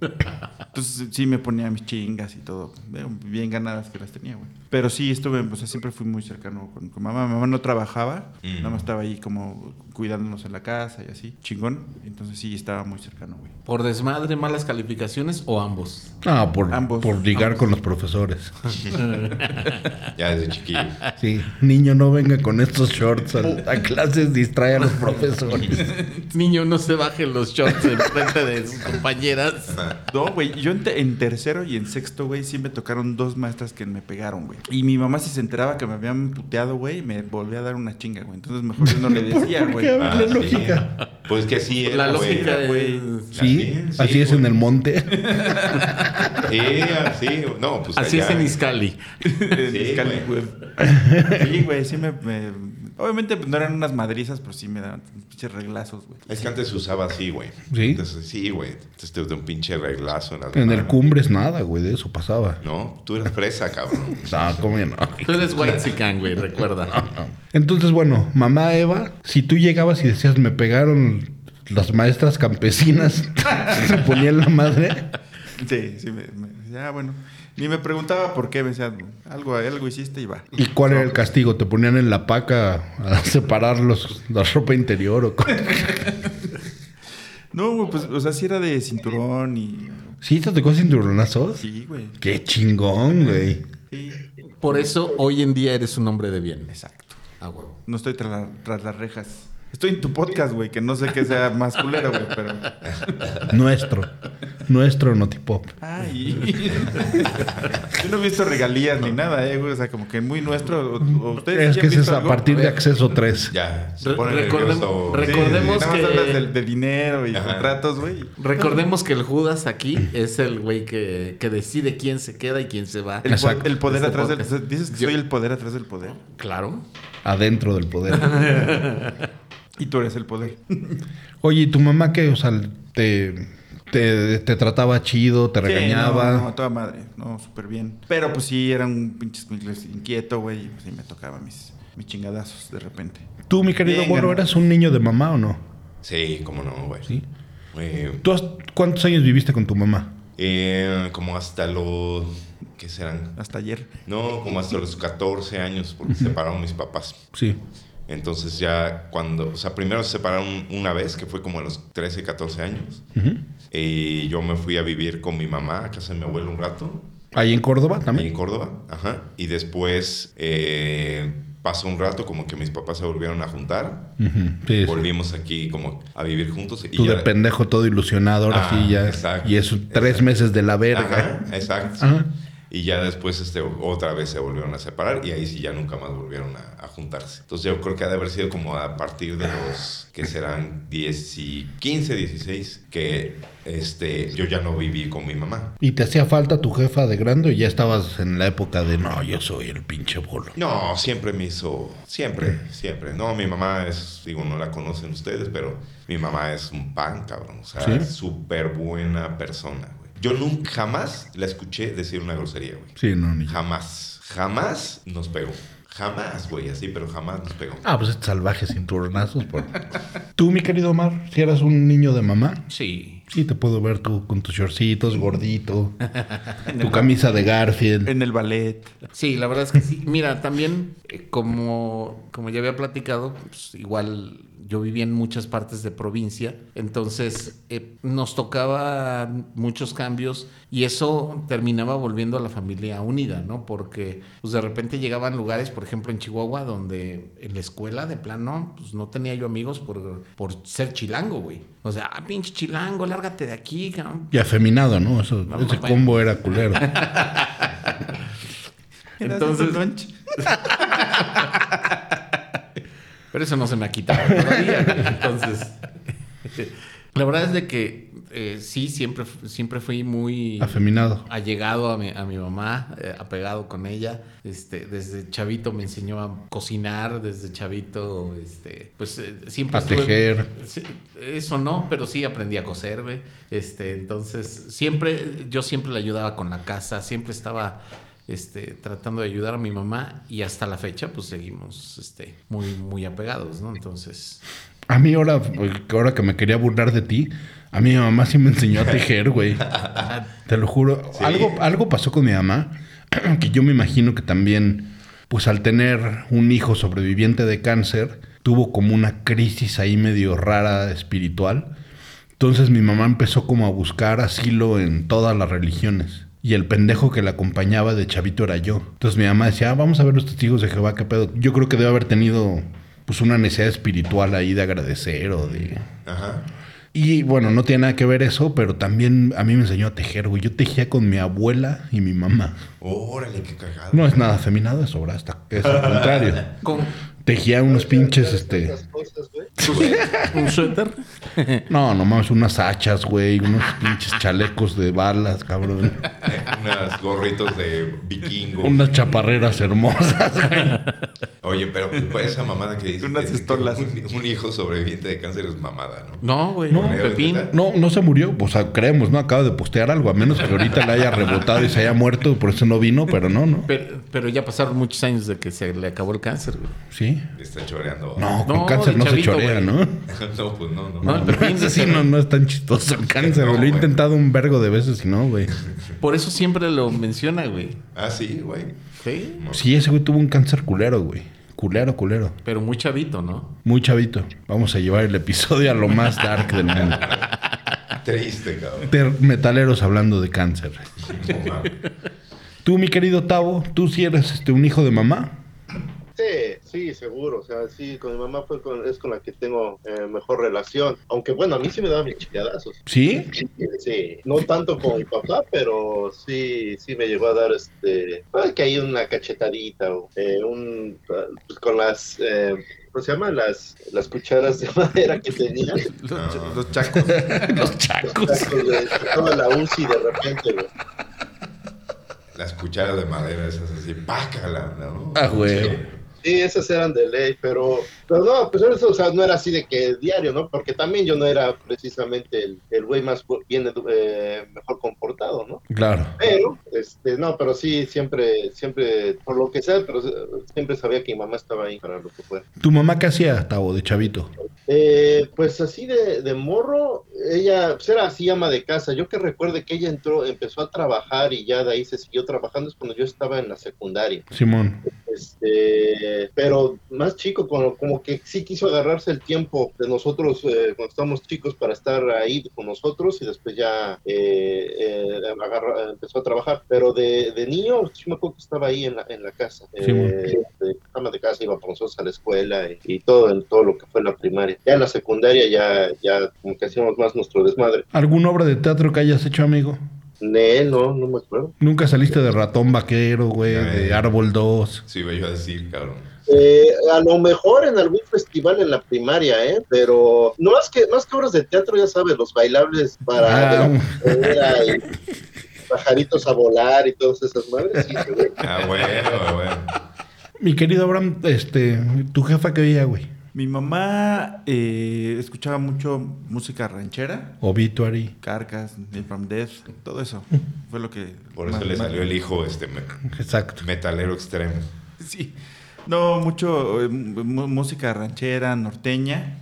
S4: Entonces sí me ponía mis chingas y todo, eh, bien ganadas que las tenía, güey. Pero sí estuve, o sea, siempre fui muy cercano con, con mamá. Mi mamá no trabajaba,
S2: Mm.
S4: nada más estaba ahí como cuidándonos en la casa y así, chingón. Entonces sí estaba muy cercano, güey.
S3: por desmadre, malas calificaciones o ambos.
S1: Ah, por,
S4: Ambos.
S1: por ligar con los profesores.
S2: Ya desde chiquillo.
S1: Sí, niño, no venga con estos shorts a, a clases, distrae a los profesores.
S3: Niño, no se bajen los shorts en frente de sus compañeras.
S4: No, güey, yo en, te- en tercero y en sexto, güey, sí me tocaron dos maestras que me pegaron, güey. Y mi mamá si se enteraba que me habían puteado, güey, me volvía a dar una chinga, güey. Entonces mejor yo no le decía,
S1: ¿Por qué?
S4: güey. Ah,
S1: La lógica.
S2: Ah, Pues que así era,
S3: La
S2: güey.
S3: lógica
S4: güey.
S1: Sí,
S3: es...
S2: Así, sí,
S1: así es
S2: güey.
S1: en el monte.
S2: Sí, así. No, pues
S3: Así es
S2: allá.
S3: en Iscali.
S4: En
S2: Sí,
S4: Iscali,
S2: güey.
S4: güey. Sí, güey, sí me, me- Obviamente pues, no eran unas madrizas, pero sí me daban pinches reglazos, güey.
S2: Es que antes se usaba así, güey.
S1: ¿Sí?
S2: Entonces, sí, güey. Entonces te dio un pinche reglazo en la
S1: En el
S2: mano.
S1: cumbres nada, güey, de eso pasaba.
S2: No, tú eras fresa, cabrón.
S1: No, cómo que no.
S3: Tú eres white sican, güey, recuerda.
S1: Entonces, bueno, mamá Eva, si tú llegabas y decías, me pegaron las maestras campesinas, se ponían la madre.
S4: Sí, sí, me, me decía, ah, bueno. Ni me preguntaba por qué, me decía, algo, algo hiciste y va.
S1: ¿Y cuál era el castigo? ¿Te ponían en la paca a separar los, la ropa interior o cómo?
S4: No, güey, pues, o sea, sí era de cinturón y...
S1: ¿Sí te tocó cinturonazos?
S4: Sí, güey.
S1: Qué chingón, güey.
S4: Sí.
S3: Por eso hoy en día eres un hombre de bien.
S4: Exacto.
S3: A huevo.
S4: No estoy tras, la- tras las rejas. Estoy en tu podcast, güey, que no sé qué sea más culero, güey, pero...
S1: Nuestro. Nuestro Notipop.
S4: Ay. Yo no he visto regalías ni nada, eh, güey. O sea, como que muy nuestro. o- o ustedes
S1: Es
S4: sí han
S1: que ese
S4: visto
S1: es a
S4: algo?
S1: partir de
S3: ver.
S1: acceso 3.
S2: Ya, se
S3: Re-
S2: pone
S3: recordem-
S2: nervioso.
S4: Sí,
S3: Recordemos
S4: nada más
S3: que-
S4: hablas del- de, dinero y
S2: Ajá.
S4: contratos, güey.
S3: Recordemos que el Judas aquí es el güey que, que decide quién se queda y quién se va.
S4: El, po-
S1: Exacto.
S4: el poder
S3: Este
S4: atrás
S3: podcast.
S4: del... Dices que
S3: Yo-
S4: soy el poder atrás del poder.
S3: Claro.
S1: Adentro del poder.
S4: Y tú eres el poder.
S1: Oye, ¿y tu mamá qué? O sea, te, te, te trataba chido, te regañaba.
S4: Sí, no, no, toda madre. No, súper bien. Pero pues sí, era un pinche escuincle inquieto, güey. Y pues sí me tocaba mis, mis chingadazos de repente.
S1: Tú, mi querido
S4: Venga,
S1: Gorro,
S4: no.
S1: ¿eras un niño de mamá o no?
S2: Sí, cómo no, güey.
S1: Sí.
S2: Eh,
S1: ¿Tú has- cuántos años viviste con tu mamá?
S2: eh, como hasta los... ¿Qué serán?
S4: Hasta ayer.
S2: No, como hasta los 14 años, porque se separaron mis papás.
S1: Sí.
S2: Entonces ya cuando, o sea, primero se separaron una vez, que fue como a los 13, 14 años.
S1: Ujú.
S2: Y yo me fui a vivir con mi mamá a casa de mi abuelo un rato,
S1: Ahí en Córdoba
S2: ahí
S1: también.
S2: en Córdoba. Ajá. Y después eh, pasó un rato como que mis papás se volvieron a juntar.
S1: Ujú, sí, sí.
S2: Volvimos aquí como a vivir juntos. Y
S1: Tú
S2: ya-
S1: de pendejo todo ilusionado, ahora
S2: Ah,
S1: sí ya.
S2: exacto,
S1: y es un- tres meses de la verga.
S2: Ajá, exacto.
S1: Ajá.
S2: Y ya después este, otra vez se volvieron a separar y ahí sí ya nunca más volvieron a, a juntarse. Entonces yo creo que ha de haber sido como a partir de los que serán 10 y 15, 16, que este, yo ya no viví con mi mamá.
S1: Y te hacía falta tu jefa de grande y ya estabas en la época de no, yo soy el pinche bolo.
S2: No, siempre me hizo, siempre, siempre. No, mi mamá es, digo, no la conocen ustedes, pero mi mamá es un pan, cabrón. O sea,
S1: ¿Sí?
S2: es súper buena persona, güey. Yo nunca, jamás la escuché decir una grosería, güey.
S1: Sí, no, ni
S2: Jamás. Jamás nos pegó. Jamás, güey, así, pero jamás nos pegó.
S1: Ah, pues este salvaje sin turnazos. Por... Tú, mi querido Omar, si eras un niño de mamá,
S3: Sí.
S1: sí te puedo ver tú con tus shortcitos, gordito, tu camisa de Garfield.
S4: En el ballet.
S3: Sí, la verdad es que sí. Mira, también, eh, como, como ya había platicado, pues, igual yo vivía en muchas partes de provincia, entonces eh, nos tocaba muchos cambios y eso terminaba volviendo a la familia unida, ¿no? Porque pues, de repente llegaban lugares, por ejemplo, en Chihuahua, donde en la escuela, de plano, pues no tenía yo amigos por, por ser chilango, güey. O sea, ah, pinche chilango, lárgate de aquí, cabrón.
S1: Y afeminado, ¿no? Eso,
S3: No,
S1: ese
S3: papá.
S1: combo era culero.
S3: Entonces-
S4: Entonces...
S3: Pero eso no se me ha quitado todavía. güey. Entonces, la verdad es de que eh, sí, siempre, siempre fui muy
S1: Afeminado.
S3: allegado a mi, a mi mamá, eh, apegado con ella. Este, desde chavito me enseñó a cocinar, desde chavito, este, pues eh, siempre
S1: A
S3: estuve-
S1: tejer.
S3: Sí, Eso no, pero sí aprendí a coser, güey. Este, entonces, siempre, yo siempre le ayudaba con la casa, siempre estaba este, tratando de ayudar a mi mamá y hasta la fecha, pues seguimos este, muy, muy apegados, ¿no? Entonces,
S1: A mí ahora, ahora que me quería burlar de ti, a mí mi mamá sí me enseñó a tejer, güey. Te lo juro.
S2: Sí.
S1: Algo, algo pasó con mi mamá, que yo me imagino que también, pues al tener un hijo sobreviviente de cáncer, tuvo como una crisis ahí medio rara espiritual. Entonces mi mamá empezó como a buscar asilo en todas las religiones. Y el pendejo que la acompañaba de chavito era yo. Entonces mi mamá decía, "Ah, vamos a ver los testigos de Jehová, qué pedo. Yo creo que debe haber tenido pues una necesidad espiritual ahí de agradecer o de...
S2: Ajá.
S1: Y bueno, no tiene nada que ver eso, pero también a mí me enseñó a tejer, güey. Yo tejía con mi abuela y mi mamá.
S2: Órale, qué cagado.
S1: No es nada afeminado eso, ¿verdad? Está- es al contrario.
S3: con
S1: Tejía unos pinches, este...
S5: Las cosas, güey.
S3: un suéter.
S1: No, nomás unas hachas, güey. Unos pinches chalecos de balas, cabrón.
S2: Eh, unos gorritos de vikingo.
S1: Unas chaparreras hermosas.
S2: Oye, pero pues, esa mamada que dice.
S4: Unas
S2: que-
S4: estolas.
S2: Un, un hijo sobreviviente de cáncer es mamada, ¿no?
S3: No, güey,
S1: No,
S3: Pepín.
S1: No, no se murió. O sea, creemos, ¿no? Acaba de postear algo. A menos que ahorita le haya rebotado y se haya muerto. Por eso no vino, pero no, ¿no?
S3: Pero, pero ya pasaron muchos años de que se le acabó el cáncer, güey.
S1: Sí.
S2: Le está choreando.
S1: No, con
S3: No,
S1: cáncer
S3: de
S1: no
S3: chavito,
S1: se chorea,
S3: güey.
S1: ¿no?
S2: No, pues no, no.
S3: No, el Pepín
S1: Sí, no, no es tan chistoso el cáncer.
S2: No,
S1: güey. Lo he
S2: güey.
S1: intentado un vergo de veces y no, güey.
S3: Por eso siempre lo menciona, güey.
S2: Ah, sí, güey.
S3: Sí.
S1: Sí, ese güey tuvo un cáncer culero, güey. Culero, culero.
S3: Pero muy chavito, ¿no?
S1: Muy chavito. Vamos a llevar el episodio a lo más dark del mundo.
S2: Triste, cabrón.
S1: Ter- metaleros hablando de cáncer.
S2: No mames.
S1: Tú, mi querido Tavo, tú sí eres este, un hijo de mamá.
S5: Sí, sí, seguro. O sea, sí, con mi mamá fue con- es con la que tengo eh, mejor relación. Aunque bueno, a mí sí me daba mis chilladazos.
S1: ¿Sí?
S5: Sí, no tanto como mi papá, pero sí, sí me llegó a dar este, ah, que hay una cachetadita o eh, un, ah, pues, con las, eh, ¿cómo se llama? Las, las cucharas de madera que tenía.
S4: Los,
S2: Ah.
S4: los chacos.
S3: Los chacos.
S5: Le Toda la UCI de repente, güey.
S2: Las cucharas de madera esas así, pácala, ¿no?
S3: Ah, güey.
S5: Sí, esas eran de ley, pero, pero no, a pesar de eso, o sea, no era así de que diario, ¿no? Porque también yo no era precisamente el el güey más bu- bien, edu- eh, mejor comportado, ¿no?
S1: Claro.
S5: Pero, este, no, pero sí, siempre, siempre, por lo que sea, pero eh, siempre sabía que mi mamá estaba ahí para lo que fuera.
S1: ¿Tu mamá qué hacía, Tavo, de chavito?
S5: Eh, pues así de, de morro, ella pues era así ama de casa. Yo que recuerde que ella entró, empezó a trabajar y ya de ahí se siguió trabajando, es cuando yo estaba en la secundaria.
S1: Simón.
S5: Este, pero más chico, como, como que sí quiso agarrarse el tiempo de nosotros eh, cuando estábamos chicos para estar ahí con nosotros y después ya eh, eh, agarró- empezó a trabajar. Pero de, de niño, sí me acuerdo que estaba ahí en la, en la casa.
S1: Sí, bueno.
S5: Eh, de ama de casa, iba por nosotros a la escuela y, y todo, en todo lo que fue la primaria. Ya en la secundaria ya, ya como que hacíamos más nuestro desmadre.
S1: ¿Alguna obra de teatro que hayas hecho, amigo?
S5: Ne, no, no me acuerdo.
S1: Nunca saliste de ratón vaquero, güey, de árbol 2.
S2: Sí, iba yo a decir, cabrón.
S5: Eh, a lo mejor en algún festival en la primaria, ¿eh? Pero no más que más que obras de teatro, ya sabes, los bailables para
S1: Ah.
S5: de la primavera y pajaritos a volar y todas esas madres. Sí, seguro.
S2: Ah, bueno, bueno.
S1: Mi querido Abraham, este, tu jefa que veía, güey.
S4: Mi mamá eh, escuchaba mucho música ranchera.
S1: Obituary.
S4: Carcas, Death from Death, todo eso. Fue lo que...
S2: Por eso
S4: más-
S2: le
S4: más-
S2: salió el hijo este me-
S1: Exacto.
S2: metalero extremo.
S4: Sí. No, mucho eh, m- m- música ranchera, norteña.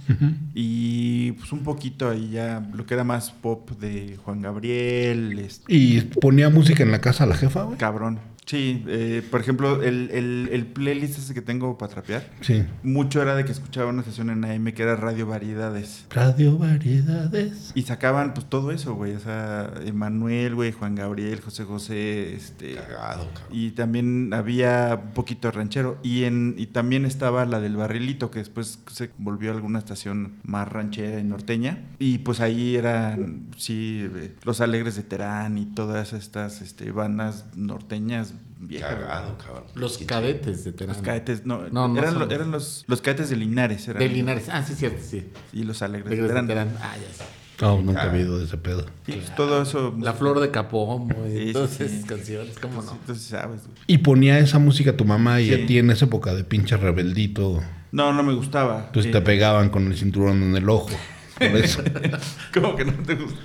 S4: Y pues un poquito ahí ya lo que era más pop de Juan Gabriel, este,
S1: ¿Y ponía música en la casa la jefa, güey?
S4: cabrón. Sí, eh, por ejemplo, el, el, el playlist ese que tengo para trapear,
S1: Sí.
S4: mucho era de que escuchaba una estación en AM que era Radio Variedades.
S1: Radio Variedades.
S4: Y sacaban pues todo eso, güey. O sea, Emanuel, güey, Juan Gabriel, José José, este...
S2: Cagado, cabrón.
S4: Y también había un poquito de ranchero. Y, en, y también estaba la del barrilito, que después se volvió alguna estación más ranchera y norteña. Y pues ahí eran, sí, eh, los alegres de Terán y todas estas este, bandas norteñas viejas.
S2: Cagado, cabrón.
S3: Los cadetes de Terán.
S4: Los cadetes, no,
S3: No, no
S4: eran,
S3: son-
S4: lo- eran los, los cadetes de Linares. Eran,
S3: De Linares. Ah, sí, cierto, sí.
S4: Y los alegres
S3: De
S4: de, Terán.
S3: Terán. Ah, ya sé.
S1: No, nunca había ido de ese pedo.
S4: Y pues todo eso.
S3: La flor de Capón, güey.
S4: Sí,
S3: Todas
S4: sí, sí.
S3: esas canciones, ¿cómo no?
S4: Entonces, sabes, güey.
S1: Y ponía esa música tu mamá y
S4: Sí.
S1: a ti en esa época de pinche rebeldito.
S4: No, no me gustaba.
S1: Entonces
S4: Eh,
S1: te pegaban con el cinturón en el ojo. Por eso.
S4: Como que no te gusta?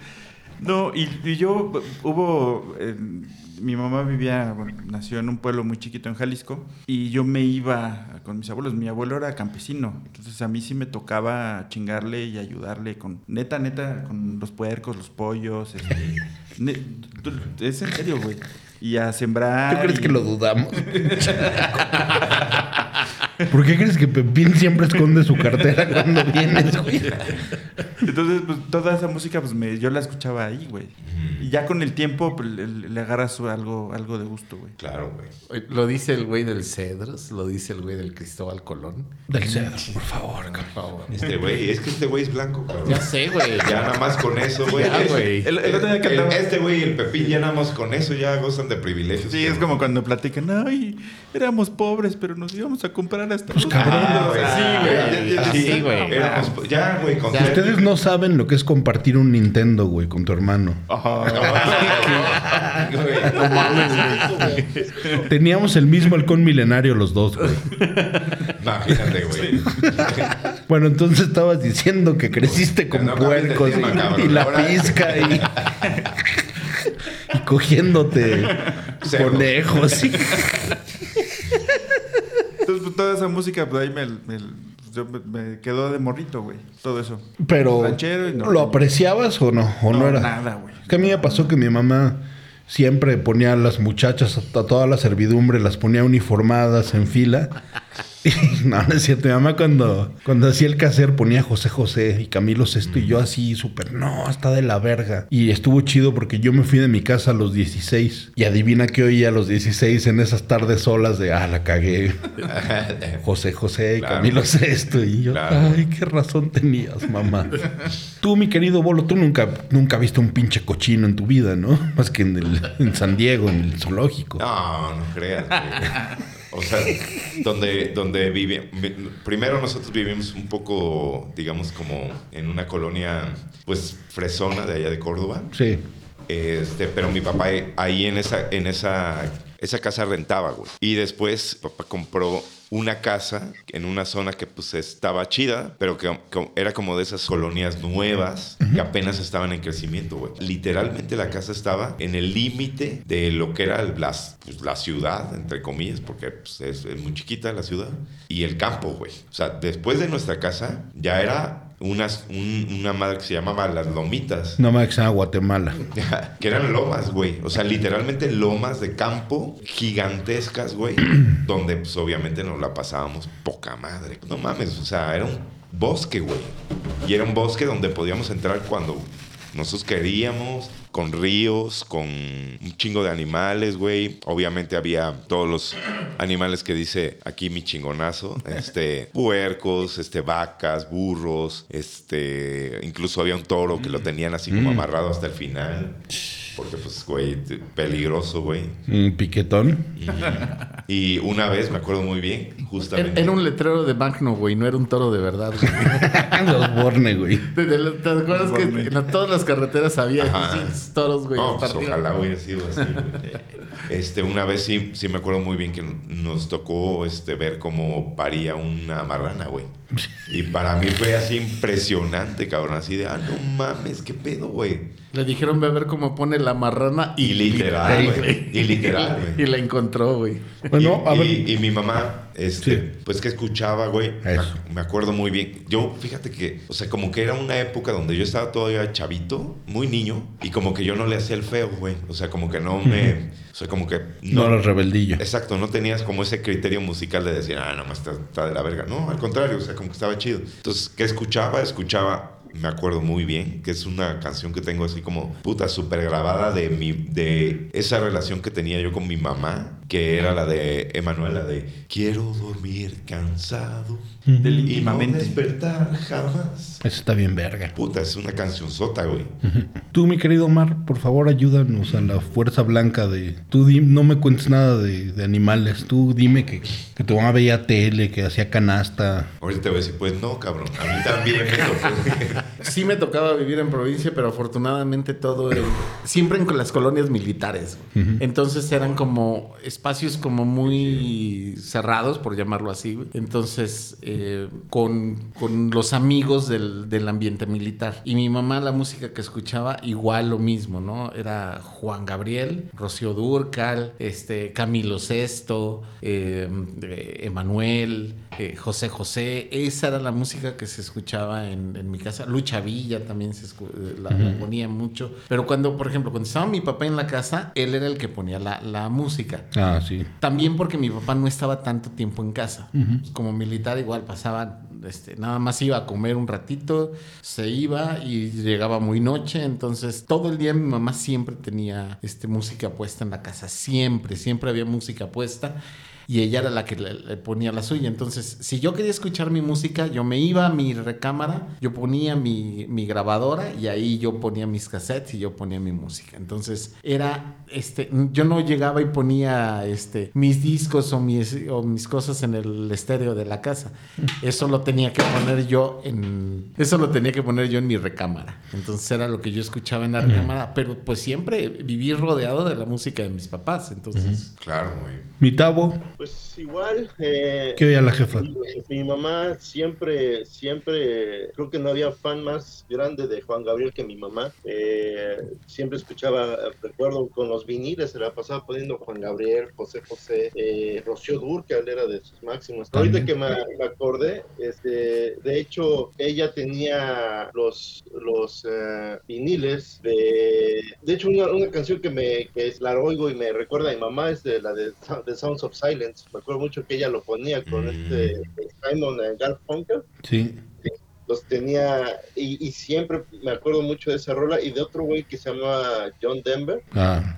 S4: No, y, y yo b- hubo. eh, mi mamá vivía, bueno, nació en un pueblo muy chiquito en Jalisco y yo me iba con mis abuelos. Mi abuelo era campesino, entonces a mí sí me tocaba chingarle y ayudarle con, neta, neta, con los puercos, los pollos. este, ne- tú- es en serio, güey. Y a sembrar.
S1: ¿Tú crees
S4: y-
S1: que lo dudamos? ¿Por qué crees que Pepín siempre esconde su cartera cuando vienes, güey?
S4: Entonces, pues toda esa música, pues me, yo la escuchaba ahí, güey. Y ya con el tiempo pues, le, le agarras algo, algo de gusto, güey.
S2: Claro, güey.
S3: Lo dice el güey del Cedros, lo dice el güey del Cristóbal Colón.
S1: Del cedro, por favor, cabrón.
S3: Por favor.
S2: Este güey, es que este güey es blanco, cabrón.
S3: Ya sé, güey.
S2: Ya nada más con eso, güey.
S3: Ya,
S2: Es-
S3: güey.
S4: El- el otro día
S2: el-
S4: cantaba-
S2: Este güey y el Pepín ya nada más con eso ya gozan de privilegios.
S4: Sí, es
S2: cabrón.
S4: como cuando platican, ay, éramos pobres, pero nos íbamos a comprar hasta los
S1: cabrón,
S2: Ah,
S4: cabrones".
S2: güey.
S3: pues Sí, güey.
S2: Ah,
S3: Sí, güey.
S2: Éramos po- Ya, güey, con
S3: Ya.
S2: ser-
S1: Ustedes no saben lo que es compartir un Nintendo, güey, con tu hermano.
S2: Ah, güey.
S1: Teníamos el mismo halcón milenario los dos, güey.
S2: Imagínate, güey.
S1: Bueno, entonces estabas diciendo que creciste con
S2: No cambies de
S1: puercos
S2: este
S1: y-
S2: tema,
S1: y,
S2: cabrón.
S1: la
S2: Ahora-
S1: pizca y, y cogiéndote
S2: Cerdos.
S1: conejos. y-
S4: Entonces, pues, toda esa música, pues ahí me, me- yo me- me quedó de morrito, güey. Todo eso.
S1: Pero,
S4: Ranchero y norteño.
S1: ¿lo apreciabas o no? ¿O no,
S4: No,
S1: era?
S4: nada, güey.
S1: Que a mí me pasó que mi mamá siempre ponía a las muchachas, a toda la servidumbre, las ponía uniformadas en fila. no, no es cierto. Mi mamá cuando, cuando hacía el caser ponía José José y Camilo Sesto y yo así súper, no, está de la verga. Y estuvo chido porque yo me fui de mi casa a los 16 y adivina qué oía a los 16 en esas tardes solas de, ah, la cagué. José José y
S2: Claro.
S1: Camilo Sesto Pues, y yo,
S2: Claro.
S1: ay, qué razón tenías, mamá. tú, mi querido Bolo, tú nunca, nunca viste un pinche cochino en tu vida, ¿no? Más que en, el, en San Diego, en el zoológico.
S2: No, no creas. güey. O sea, donde, donde vive. Primero nosotros vivimos un poco, digamos, como en una colonia, pues, fresona de allá de Córdoba.
S1: Sí.
S2: Este, pero mi papá eh, ahí en esa, en esa, esa casa rentaba, güey. Y después papá compró una casa en una zona que pues estaba chida, pero que, que era como de esas colonias nuevas que apenas estaban en crecimiento, güey. Literalmente la casa estaba en el límite de lo que era el- las- pues, la ciudad, entre comillas, porque pues, es, es muy chiquita la ciudad, y el campo, güey. O sea, después de nuestra casa ya era... unas- un- una madre que se llamaba Las Lomitas.
S1: No más que sea Guatemala.
S2: que eran lomas, güey. O sea, literalmente lomas de campo gigantescas, güey. donde, pues, obviamente nos la pasábamos poca madre. No mames, o sea, era un bosque, güey. Y era un bosque donde podíamos entrar cuando nosotros queríamos, con ríos, con un chingo de animales, güey. Obviamente había todos los animales que dice aquí mi chingonazo. Este, puercos, este, vacas, burros, este, incluso había un toro que lo tenían así como amarrado hasta el final. Porque, pues, güey, peligroso, güey.
S1: Un piquetón.
S2: Y una vez, me acuerdo muy bien,
S3: Era,
S2: justamente...
S3: era un letrero de Magno, güey, no era un toro de verdad, güey.
S1: Los Borne, güey.
S3: ¿Te, te- te acuerdas que en la- todas las carreteras había
S2: Ajá.
S3: pinches toros, güey?
S2: No, pues,
S3: partidos?
S2: ojalá hubiera sido así. güey. este, una vez sí, sí me acuerdo muy bien que nos tocó este, ver cómo paría una marrana, güey. Y para mí fue así impresionante, cabrón. Así de, ah, no mames, qué pedo, güey.
S3: Le dijeron, ve a ver cómo pone la marrana
S2: Y literal, güey. Y literal,
S3: Y
S2: güey.
S3: la encontró, güey.
S1: Bueno,
S2: y,
S1: a ver.
S2: y- y mi mamá, este,
S1: Sí.
S2: pues que escuchaba, güey. Me
S1: Eso.
S2: ac- Me acuerdo muy bien. Yo, fíjate que, o sea, como que era una época donde yo estaba todavía chavito, muy niño, y como que yo no le hacía el feo, güey. O sea, como que no me. O sea, como que.
S1: no, los rebeldillo.
S2: Exacto, no tenías como ese criterio musical de decir, ah, nomás está, está de la verga. No, al contrario, o sea, como que estaba chido. Entonces, ¿qué escuchaba? Escuchaba, me acuerdo muy bien, que es una canción que tengo así como puta súper grabada de, mi, de esa relación que tenía yo con mi mamá, que era la de Emanuela, de Quiero dormir cansado y no
S4: Delinquimamente.
S2: despertar jamás.
S1: Eso está bien verga.
S2: Puta, es una canción sota, güey.
S1: Tú, mi querido Omar, por favor, ayúdanos a la fuerza blanca de... Tú di- no me cuentes nada de, de animales. Tú dime que, que tu mamá veía tele, que hacía canasta.
S2: Ahorita te voy a decir, pues no, cabrón, a mí también me tocó.
S3: Sí me tocaba vivir en provincia, pero afortunadamente todo era- siempre en las colonias militares. güey. Entonces eran como espacios como muy cerrados, por llamarlo así. güey. Entonces eh, con, con los amigos del, del ambiente militar. Y mi mamá la música que escuchaba igual lo mismo, ¿no? Era Juan Gabriel, Rocío Durcal, este Camilo Sesto, eh, eh, Emanuel, eh, José José. Esa era la música que se escuchaba en, en mi casa. Lucha Villa también se escu- eh, la, la ponía mucho. Pero cuando, por ejemplo, cuando estaba mi papá en la casa, él era el que ponía la, la música.
S1: Ah, sí.
S3: También porque mi papá no estaba tanto tiempo en casa. Pues Como militar igual pasaba, este, nada más iba a comer un ratito, se iba y llegaba muy noche. Entonces todo el día mi mamá siempre tenía este, música puesta en la casa. Siempre, siempre había música puesta. Y ella era la que le, le ponía la suya. Entonces, si yo quería escuchar mi música, yo me iba a mi recámara, yo ponía mi, mi grabadora y ahí yo ponía mis cassettes y yo ponía mi música. Entonces, era, este, yo no llegaba y ponía, este, mis discos o mis, o mis cosas en el estéreo de la casa. Eso lo tenía que poner yo en, eso lo tenía que poner yo en mi recámara. Entonces, era lo que yo escuchaba en la recámara, pero pues siempre viví rodeado de la música de mis papás. Entonces,
S2: Claro, güey.
S1: Mi tabo,
S5: Pues igual, eh,
S1: ¿qué veía la jefa?
S5: Mi mamá siempre, siempre, creo que no había fan más grande de Juan Gabriel que mi mamá. Eh, siempre escuchaba, recuerdo, con los viniles, se la pasaba poniendo Juan Gabriel, José José, eh, Rocío Durcal era de sus máximos. Ahorita que me, me acordé, este, de hecho, ella tenía los, los eh, viniles de... De hecho, una, una canción que, me, que es, la oigo y me recuerda a mi mamá es de la de, Sound- de Sounds of Silence, me acuerdo acuerdo mucho que ella lo ponía con
S2: Mm.
S5: este Simon and Garfunkel.
S1: Sí.
S5: Los tenía, y, y siempre me acuerdo mucho de esa rola y de otro güey que se llama John Denver.
S1: Ah.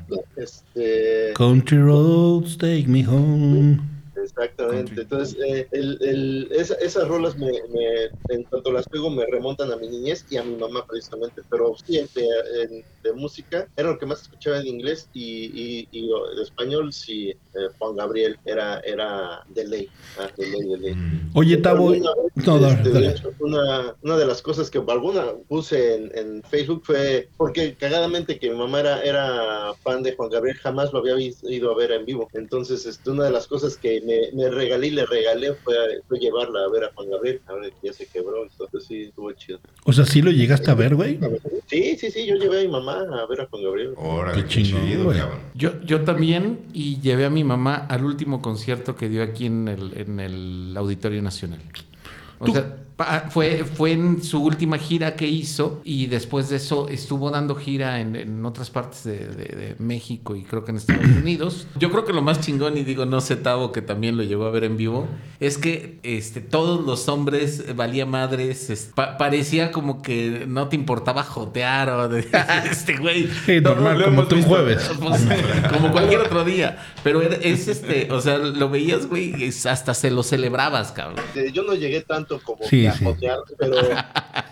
S5: Este,
S1: Country roads, take me home.
S5: Exactamente. Entonces, eh, el, el- esa- esas rolas, me, me- en cuanto las pego, me remontan a mi niñez y a mi mamá precisamente. Pero sí, de, en- de música, era lo que más escuchaba en inglés y, y, y lo- en español, sí, eh, Juan Gabriel era, era de ley. ah, de ley, de ley.
S2: Mm.
S1: Oye, Tavo.
S5: Alguna vez,
S1: No, dale,
S5: este, de
S1: dale.
S5: hecho, Una, una de las cosas que alguna puse en, en Facebook fue porque cagadamente que mi mamá era, era fan de Juan Gabriel, jamás lo había vis- ido a ver en vivo. Entonces, este, una de las cosas que me, me regalé y le regalé fue, fue llevarla a ver a Juan Gabriel. Ahora que ya se quebró, entonces sí, estuvo chido.
S1: O sea, sí lo llegaste a ver, güey.
S5: Sí, sí, sí, yo llevé a mi mamá a ver a Juan Gabriel.
S2: Órale,
S1: Qué
S2: qué
S1: chingón,
S2: chido,
S1: güey.
S2: cabrón.
S3: Yo, yo también y llevé a mi mamá al último concierto que dio aquí en el, en el Auditorio Nacional. O
S1: Tú-
S3: sea, pa- fue, fue en su última gira que hizo y después de eso estuvo dando gira en, en otras partes de, de- de México y creo que en Estados Unidos. Yo creo que lo más chingón, y digo, no sé, Tavo, que también lo llevó a ver en vivo, es que este, todos los hombres eh, valía madres, es- pa- parecía como que no te importaba jotear o de, este güey.
S1: Sí,
S3: todo-
S1: normal,
S4: lo
S1: como
S4: hemos
S1: tú un
S4: visto.
S1: jueves.
S3: pues, como cualquier otro día. Pero era- es este, o sea, lo veías, güey, es- hasta se lo celebrabas, cabrón.
S5: Este, Yo no llegué tanto como
S1: Sí,
S5: que a
S1: sí.
S5: jotear, pero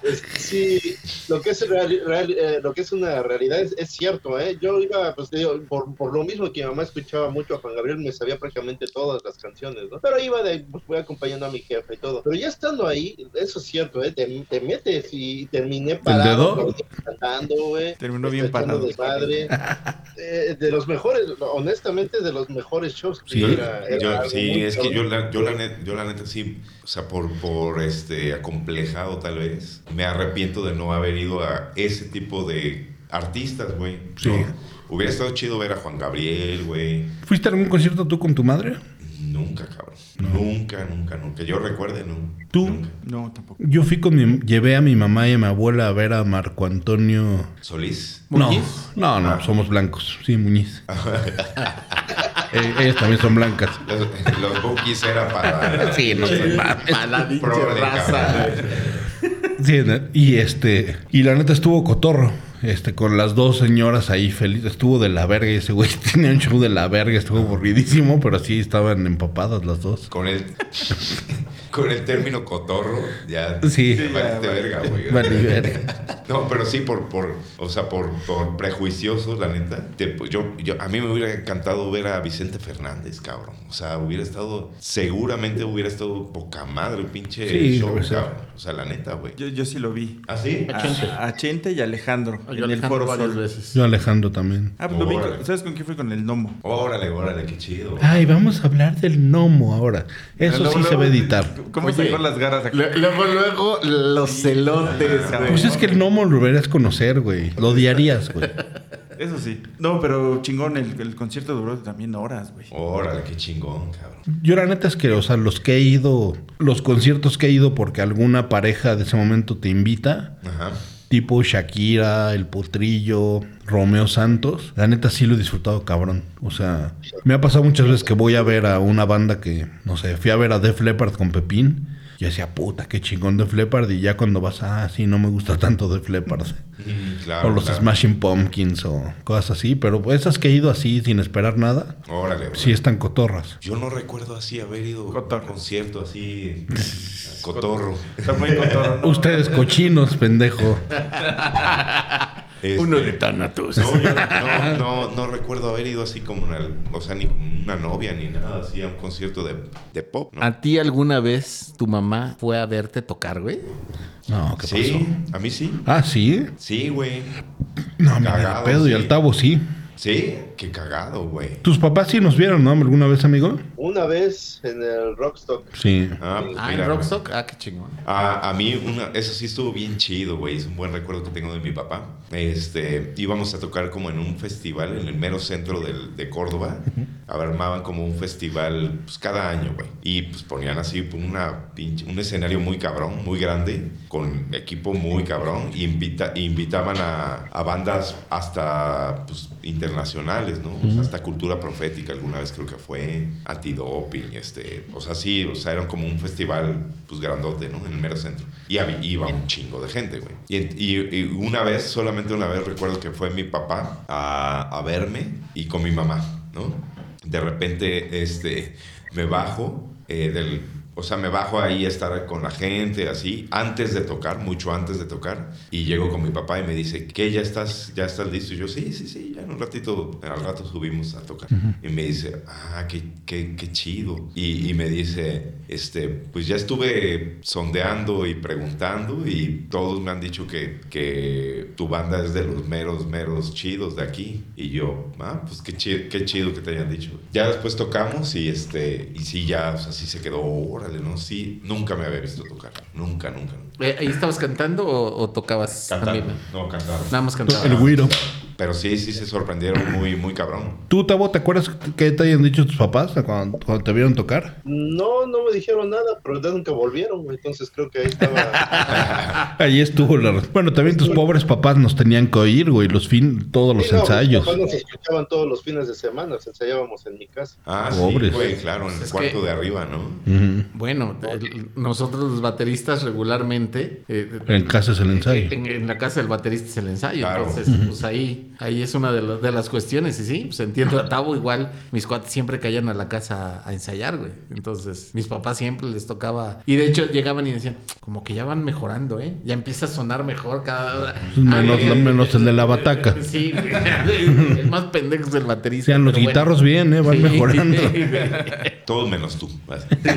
S5: pues, sí, lo que, es real- real- eh, lo que es una realidad es, es cierto, ¿eh? Yo iba, pues, te digo, por, por lo mismo que mi mamá escuchaba mucho a Juan Gabriel, me sabía prácticamente todas las canciones, ¿no? Pero iba de, pues, fui acompañando a mi jefa y todo. Pero ya estando ahí, eso es cierto, ¿eh? Te, te metes y terminé parado,
S1: dedo?
S5: pero cantando, güey.
S4: Terminó bien
S5: echando
S4: parado.
S5: desmadre. Eh, de los mejores, honestamente, de los mejores shows que
S1: Sí.
S2: Yo-
S5: era- era
S2: yo-
S5: algo
S2: sí,
S5: muy
S2: es que
S5: cabrón.
S2: yo la, yo, la net- yo la neta sí, o sea, por, por este acomplejado tal vez, me arrepiento de no haber ido a ese tipo de artistas, güey.
S1: Sí.
S2: ¿no? Hubiera estado chido ver a Juan Gabriel, güey.
S1: ¿Fuiste a algún concierto tú con tu madre?
S2: Nunca, cabrón. Nunca, nunca, nunca. Yo recuerde, no.
S1: ¿Tú?
S2: Nunca.
S4: No, tampoco.
S1: Yo fui con mi, llevé a mi mamá y a mi abuela a ver a Marco Antonio.
S2: Solís.
S1: No,
S3: ¿Muñiz?
S1: no, no,
S2: Ah.
S1: somos blancos. Sí, Muñiz. Eh, ellas también son blancas.
S2: Los, los Bookies era para.
S3: Sí, no
S2: para-
S3: sé, a la pinche
S2: Progre,
S3: raza.
S2: cabrón.
S1: Sí, ¿no? y este, y la neta estuvo cotorro. Este, con las dos señoras ahí feliz, estuvo de la verga y ese güey tenía un show de la verga, estuvo aburridísimo, pero sí estaban empapadas las dos.
S2: Con el, con el término cotorro, ya.
S1: Sí.
S2: te valiste verga, güey.
S1: Vale, verga.
S2: No, pero sí por, por o sea, por, por prejuicioso, la neta. Te- yo, yo, a mí me hubiera encantado ver a Vicente Fernández, cabrón. O sea, hubiera estado, seguramente hubiera estado poca madre, el pinche
S1: Sí,
S2: show,
S1: o sea.
S2: cabrón. O sea, la neta, güey.
S4: Yo, yo sí lo vi.
S2: ¿Ah, sí?
S4: A, a Chente y Alejandro.
S3: Yo
S4: en el
S3: Alejandro
S4: Foro
S3: varias
S4: Sol.
S3: veces.
S1: Yo Alejandro también.
S4: Ah, lo vi con-
S2: Órale.
S4: ¿Sabes con quién fui? Con el Nomo.
S2: Órale, órale, qué chido.
S1: Ay, vamos a hablar del gnomo ahora. Eso
S4: Luego,
S1: sí se va a
S4: luego,
S1: editar.
S4: ¿Cómo
S3: Oye,
S4: sacó las garras acá?
S3: Luego, luego, los celotes,
S4: güey.
S1: Pues es que el gnomo lo deberías conocer, güey. Lo odiarías, güey.
S4: Eso sí. No, pero chingón, el, el concierto duró también horas, güey.
S2: Órale, qué chingón, cabrón.
S1: Yo la neta es que, o sea, los que he ido, los conciertos que he ido porque alguna pareja de ese momento te invita,
S2: Ajá.
S1: tipo Shakira, El Potrillo, Romeo Santos, la neta sí lo he disfrutado cabrón. O sea, me ha pasado muchas veces que voy a ver a una banda que, no sé, fui a ver a Def Leppard con Pepín y decía, puta, qué chingón Def Leppard y ya cuando vas, ah, sí, no me gusta tanto Def Leppard.
S2: Mm, claro.
S1: O los
S2: claro.
S1: Smashing Pumpkins o cosas así, pero pues, esas que he ido así sin esperar nada,
S2: Órale, órale.
S1: sí están cotorras.
S2: Yo no recuerdo así haber ido a
S4: Cotorro.
S2: un concierto así. cotorro.
S4: Está muy cotorro, ¿no?
S1: Ustedes cochinos, pendejo.
S2: Este,
S3: Thanatos.
S2: No, yo no, no, no recuerdo haber ido así como una, o sea, ni como una novia ni nada, así a un concierto de, de pop, ¿no?
S3: ¿A ti alguna vez tu mamá fue a verte tocar, güey?
S1: No, ¿qué
S2: sí, a mí sí.
S1: pasó? Ah, sí.
S2: Sí, güey.
S1: No, me
S2: Cagado,
S1: da pedo y
S2: sí.
S1: al tabo sí.
S2: Sí, qué cagado, güey.
S1: Tus papás sí nos vieron, ¿no? ¿Alguna vez, amigo?
S5: Una vez en el Rockstock.
S1: Sí.
S2: Ah, pues
S3: Ah,
S2: mira,
S3: en
S2: güey.
S3: Rockstock. Ah, qué chingón.
S2: A, a mí, una, eso sí estuvo bien chido, güey. Es un buen recuerdo que tengo de mi papá. Este, íbamos a tocar como en un festival en el mero centro del- de Córdoba. Armaban como un festival pues, cada año, güey. Y pues ponían así una pinche- un escenario muy cabrón, muy grande, con equipo muy cabrón. Y invita- invitaban a, a bandas hasta pues, internacionales culturales, ¿no? O sea, hasta cultura profética alguna vez creo que fue, antidoping, este, o sea, sí, o sea, era como un festival, pues, grandote, ¿no? En el mero centro. Y hab- iba un chingo de gente, güey. Y, y- y una vez, solamente una vez recuerdo que fue mi papá a, a verme y con mi mamá, ¿no? De repente, este, me bajo eh, del... O sea, me bajo ahí a estar con la gente, así, antes de tocar, mucho antes de tocar. Y llego con mi papá y me dice, ¿qué? ¿Ya estás, ya estás listo? Y yo, sí, sí, sí, ya en un ratito, al rato subimos a tocar. Y me dice, ah, qué, qué, qué chido. Y, y me dice, este, pues ya estuve sondeando y preguntando y todos me han dicho que, que tu banda es de los meros, meros chidos de aquí. Y yo, ah, pues qué chido, qué chido que te hayan dicho. Ya después tocamos y este, y sí, ya, o sea, sí se quedó, órale, ¿no? Sí, nunca me había visto tocar. Nunca, nunca. nunca.
S3: Eh, ¿Ahí estabas cantando o, o tocabas
S2: Cantando.
S3: también?
S2: No, cantando.
S3: Nada más cantaba.
S1: El güiro.
S2: Pero sí, sí se sorprendieron muy, muy cabrón.
S1: ¿Tú, Tabo, te acuerdas qué te hayan dicho tus papás cuando, cuando te vieron tocar?
S5: No, no me dijeron nada, pero ya nunca volvieron, güey. Entonces creo que ahí estaba.
S1: Ah, Ahí estuvo la res- Bueno, también tus pobres papás nos tenían que oír, güey, los fin, todos los
S5: Sí, no, mis
S1: ensayos.
S5: papás nos escuchaban todos los fines de semana, nos ensayábamos en mi casa.
S2: Ah,
S1: Pobres.
S2: sí, güey, claro, en el
S3: Es
S2: cuarto
S3: que-
S2: de arriba, ¿no?
S1: Ujú.
S3: Bueno, el- nosotros los bateristas regularmente. eh,
S1: En casa es el ensayo.
S3: En, en la casa del baterista es el ensayo.
S2: Claro.
S3: Entonces, pues ahí, ahí es una de, las- de las cuestiones. Y sí, pues entiendo a Tavo. Igual mis cuates siempre caían a la casa a ensayar, güey. Entonces, mis papás siempre les tocaba. Y de hecho, llegaban y decían, como que ya van mejorando, ¿eh? Ya empieza a sonar mejor cada hora.
S1: Menos-
S3: Ah,
S1: menos el de la bataca.
S3: Sí, güey. el más pendejo es el baterista.
S1: Sean los
S3: pero bueno.
S1: guitarros bien, ¿eh? Van
S3: Sí,
S1: mejorando.
S3: güey.
S2: Todos menos tú. Así.
S1: Que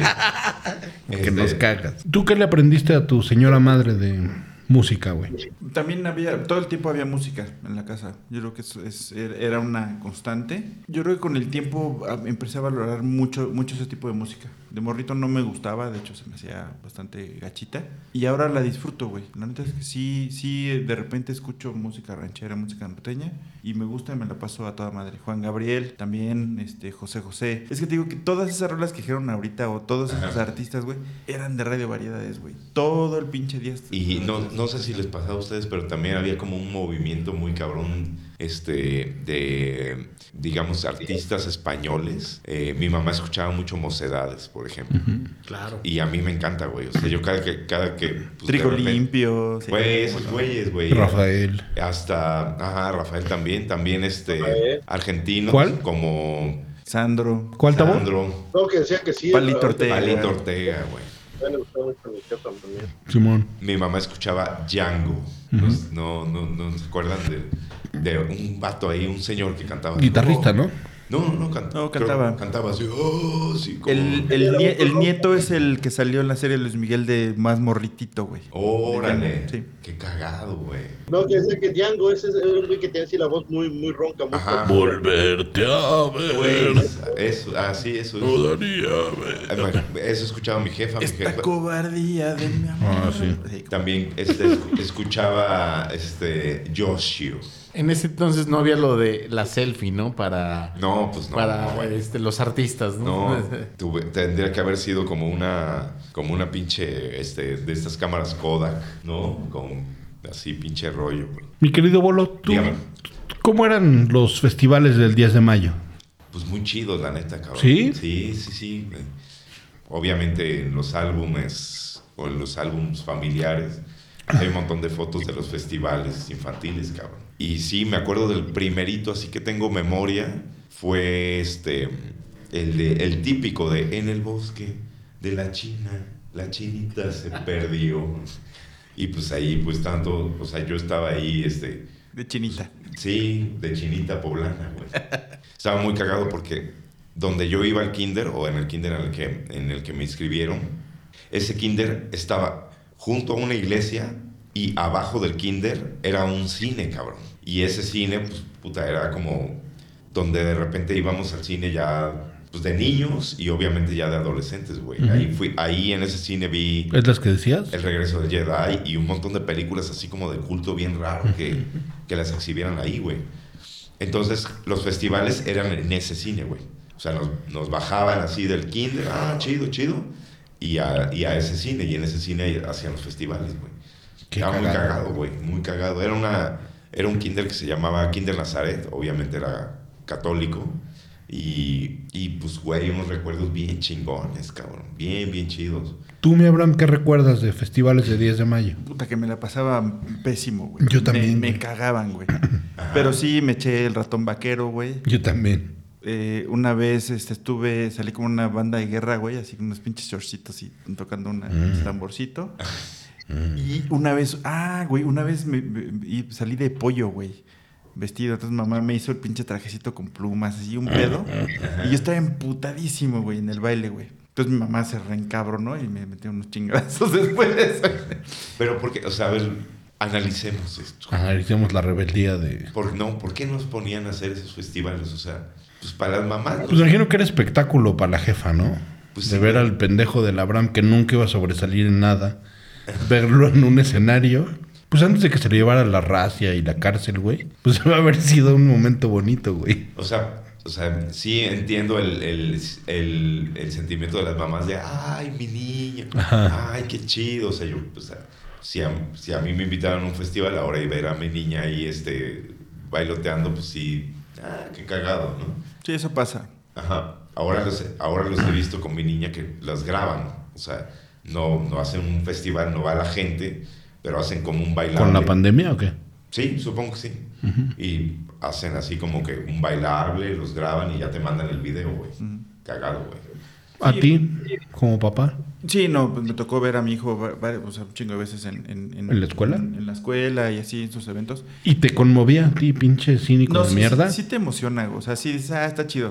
S2: Este,
S1: nos cagas. ¿Tú qué le aprendiste a tu señora madre de música, güey?
S4: También había, todo el tiempo había música en la casa. Yo creo que eso es- er- era una constante. Yo creo que con el tiempo ah, empecé a valorar mucho, mucho ese tipo de música. De morrito no me gustaba, de hecho se me hacía bastante gachita. Y ahora la disfruto, güey. La neta es que sí, sí, de repente escucho música ranchera, música norteña. Y me gusta y me la paso a toda madre. Juan Gabriel, también, este, José José. Es que te digo que todas esas rolas que dijeron ahorita o todos esos artistas, güey, eran de radio variedades, güey. Todo el pinche día.
S2: Y no, no sé si les pasaba a ustedes, pero también había como un movimiento muy cabrón este, de, digamos, artistas españoles. Eh, mi mamá escuchaba mucho Mocedades, por ejemplo.
S3: Claro.
S2: Y a mí me encanta, güey. O sea, yo cada que... Cada que pues,
S4: Trigo
S2: de repente-
S4: limpio. Pues, sí.
S2: Güey, esos güeyes, güey.
S1: Rafael.
S2: Hasta... Ajá, Rafael también. También, este...
S5: Rafael.
S2: Argentinos.
S1: ¿Cuál?
S2: Como...
S4: Sandro.
S1: ¿Cuál tabú?
S2: Sandro.
S5: No, que decía que sí.
S4: Palito
S5: pero-
S4: Ortega.
S2: Palito Ortega, güey.
S5: Me gustaba mucho mi jefa también.
S1: Simón.
S2: Mi mamá escuchaba Django. Pues, no, no, no se acuerdan de, de un vato ahí, un señor que cantaba. Oh.
S1: Guitarrista, ¿no?
S2: No, no, no, can-
S4: No,
S2: creo que
S4: cantaba.
S2: Cantaba así. Oh, sí, como-
S4: El, el nie- el nieto es el que salió en la serie Luis Miguel de más morritito, güey.
S2: Órale.
S4: Sí.
S2: Qué cagado, güey.
S5: No, que decía que Django ese es el güey que tiene así la voz muy, muy ronca. Muy
S2: Ajá.
S1: Volverte a
S2: Güey, Eso, ah, sí, eso. Eso, eso escuchaba mi jefa. Mi
S4: Esta
S2: jefa
S4: cobardía de mi amor.
S1: Ah, sí.
S2: también este, escu- escuchaba este, Yoshio.
S3: En ese entonces no había lo de la selfie, ¿no? Para,
S2: No, pues no.
S3: para
S2: no, güey.
S3: este, los artistas, ¿no?
S2: No, tuve- tendría que haber sido como una, como una pinche, este, de estas cámaras Kodak, ¿no? Con así pinche rollo, pues. güey.
S1: Mi querido Bolo, ¿tú,
S2: Dígame.
S1: ¿cómo eran los festivales del 10 de mayo?
S2: Pues muy chido, la neta, cabrón.
S1: ¿Sí?
S2: Sí, sí, sí. güey. Obviamente en los álbumes o en los álbumes familiares hay un montón de fotos de los festivales infantiles, cabrón. Y sí, me acuerdo del primerito, así que tengo memoria, fue este, el, de- el típico de En el bosque de la China, la chinita se perdió. Y pues ahí, pues tanto, o sea, yo estaba ahí, este,
S4: De chinita.
S2: Sí, de chinita poblana, güey. Estaba muy cagado porque donde yo iba al kinder, o en el kinder en el que, en el que me inscribieron, ese kinder estaba junto a una iglesia y abajo del kinder era un cine, cabrón. Y ese cine, pues, puta, era como donde de repente íbamos al cine ya pues, de niños y obviamente ya de adolescentes, güey. Ahí fui, ahí en ese cine vi
S1: ¿Es las que decías?
S2: el regreso de Jedi y un montón de películas así como de culto bien raro que, que las exhibieran ahí, güey. Entonces, los festivales eran en ese cine, güey. O sea, nos, nos bajaban así del kinder, ah, chido, chido, y a, y a ese cine, y en ese cine hacían los festivales, güey.
S1: Qué
S2: Estaba muy
S1: cagado.
S2: cagado, güey, muy cagado. Era, una, era un kinder que se llamaba Kinder Nazaret, obviamente era católico. Y, y pues, güey, unos recuerdos bien chingones, cabrón. Bien, bien chidos.
S1: Tú, mi Abraham, ¿qué recuerdas de festivales de 10 de mayo?
S4: Puta, que me la pasaba pésimo, güey.
S1: Yo también,
S4: Me, me
S1: güey.
S4: cagaban, güey. Pero sí, me eché el ratón vaquero, güey.
S1: Yo también.
S4: Eh, una vez este, estuve, salí con una banda de guerra, güey, así con unos pinches shortcitos y tocando una-
S1: Mm.
S4: un tamborcito. Y una vez, ah, güey, una vez me, me- y salí de pollo, güey, vestido. Entonces mamá me hizo el pinche trajecito con plumas, así un pedo. Y yo estaba emputadísimo, güey, en el baile, güey. Entonces mi mamá se reencabronó y me metió unos chingazos después de eso.
S2: Pero porque, o sea, a ver, analicemos esto.
S1: Analicemos la rebeldía de.
S2: Por, no, ¿por qué nos ponían a hacer esos festivales? O sea, pues para las mamás. ¿no?
S1: Pues me imagino que era espectáculo para la jefa, ¿no?
S2: Pues
S1: de
S2: sí.
S1: ver al pendejo del Abraham que nunca iba a sobresalir en nada, verlo en un escenario. Pues antes de que se lo llevara la racia y la cárcel, güey, pues debe haber sido un momento bonito, güey.
S2: O sea, o sea, sí entiendo el, el- el- el sentimiento de las mamás de, ay, mi niño,
S1: Ajá.
S2: ay, qué chido. O sea, yo, o sea, si a, si a mí me invitaran a un festival ahora y ver a mi niña ahí este, bailoteando, pues sí, ah, qué cagado, ¿no?
S4: Sí, eso pasa.
S2: Ajá. Ahora los, ahora los he visto con mi niña que las graban. O sea, no, no hacen un festival, no va la gente, pero hacen como un bailable.
S1: ¿Con la pandemia o qué?
S2: Sí, supongo que sí. Y hacen así como que un bailable, los graban y ya te mandan el video, güey. Cagado, güey.
S1: ¿A ti, como papá?
S4: Sí, no, pues me tocó ver a mi hijo va- va- o sea, un chingo de veces en, en,
S1: ¿En la escuela?
S4: En, en la escuela y así, en sus eventos.
S1: ¿Y te conmovía a ti, pinche cínico de
S4: sí,
S1: mierda?
S4: Sí, sí te emociona, o sea, sí dices, ah, está chido.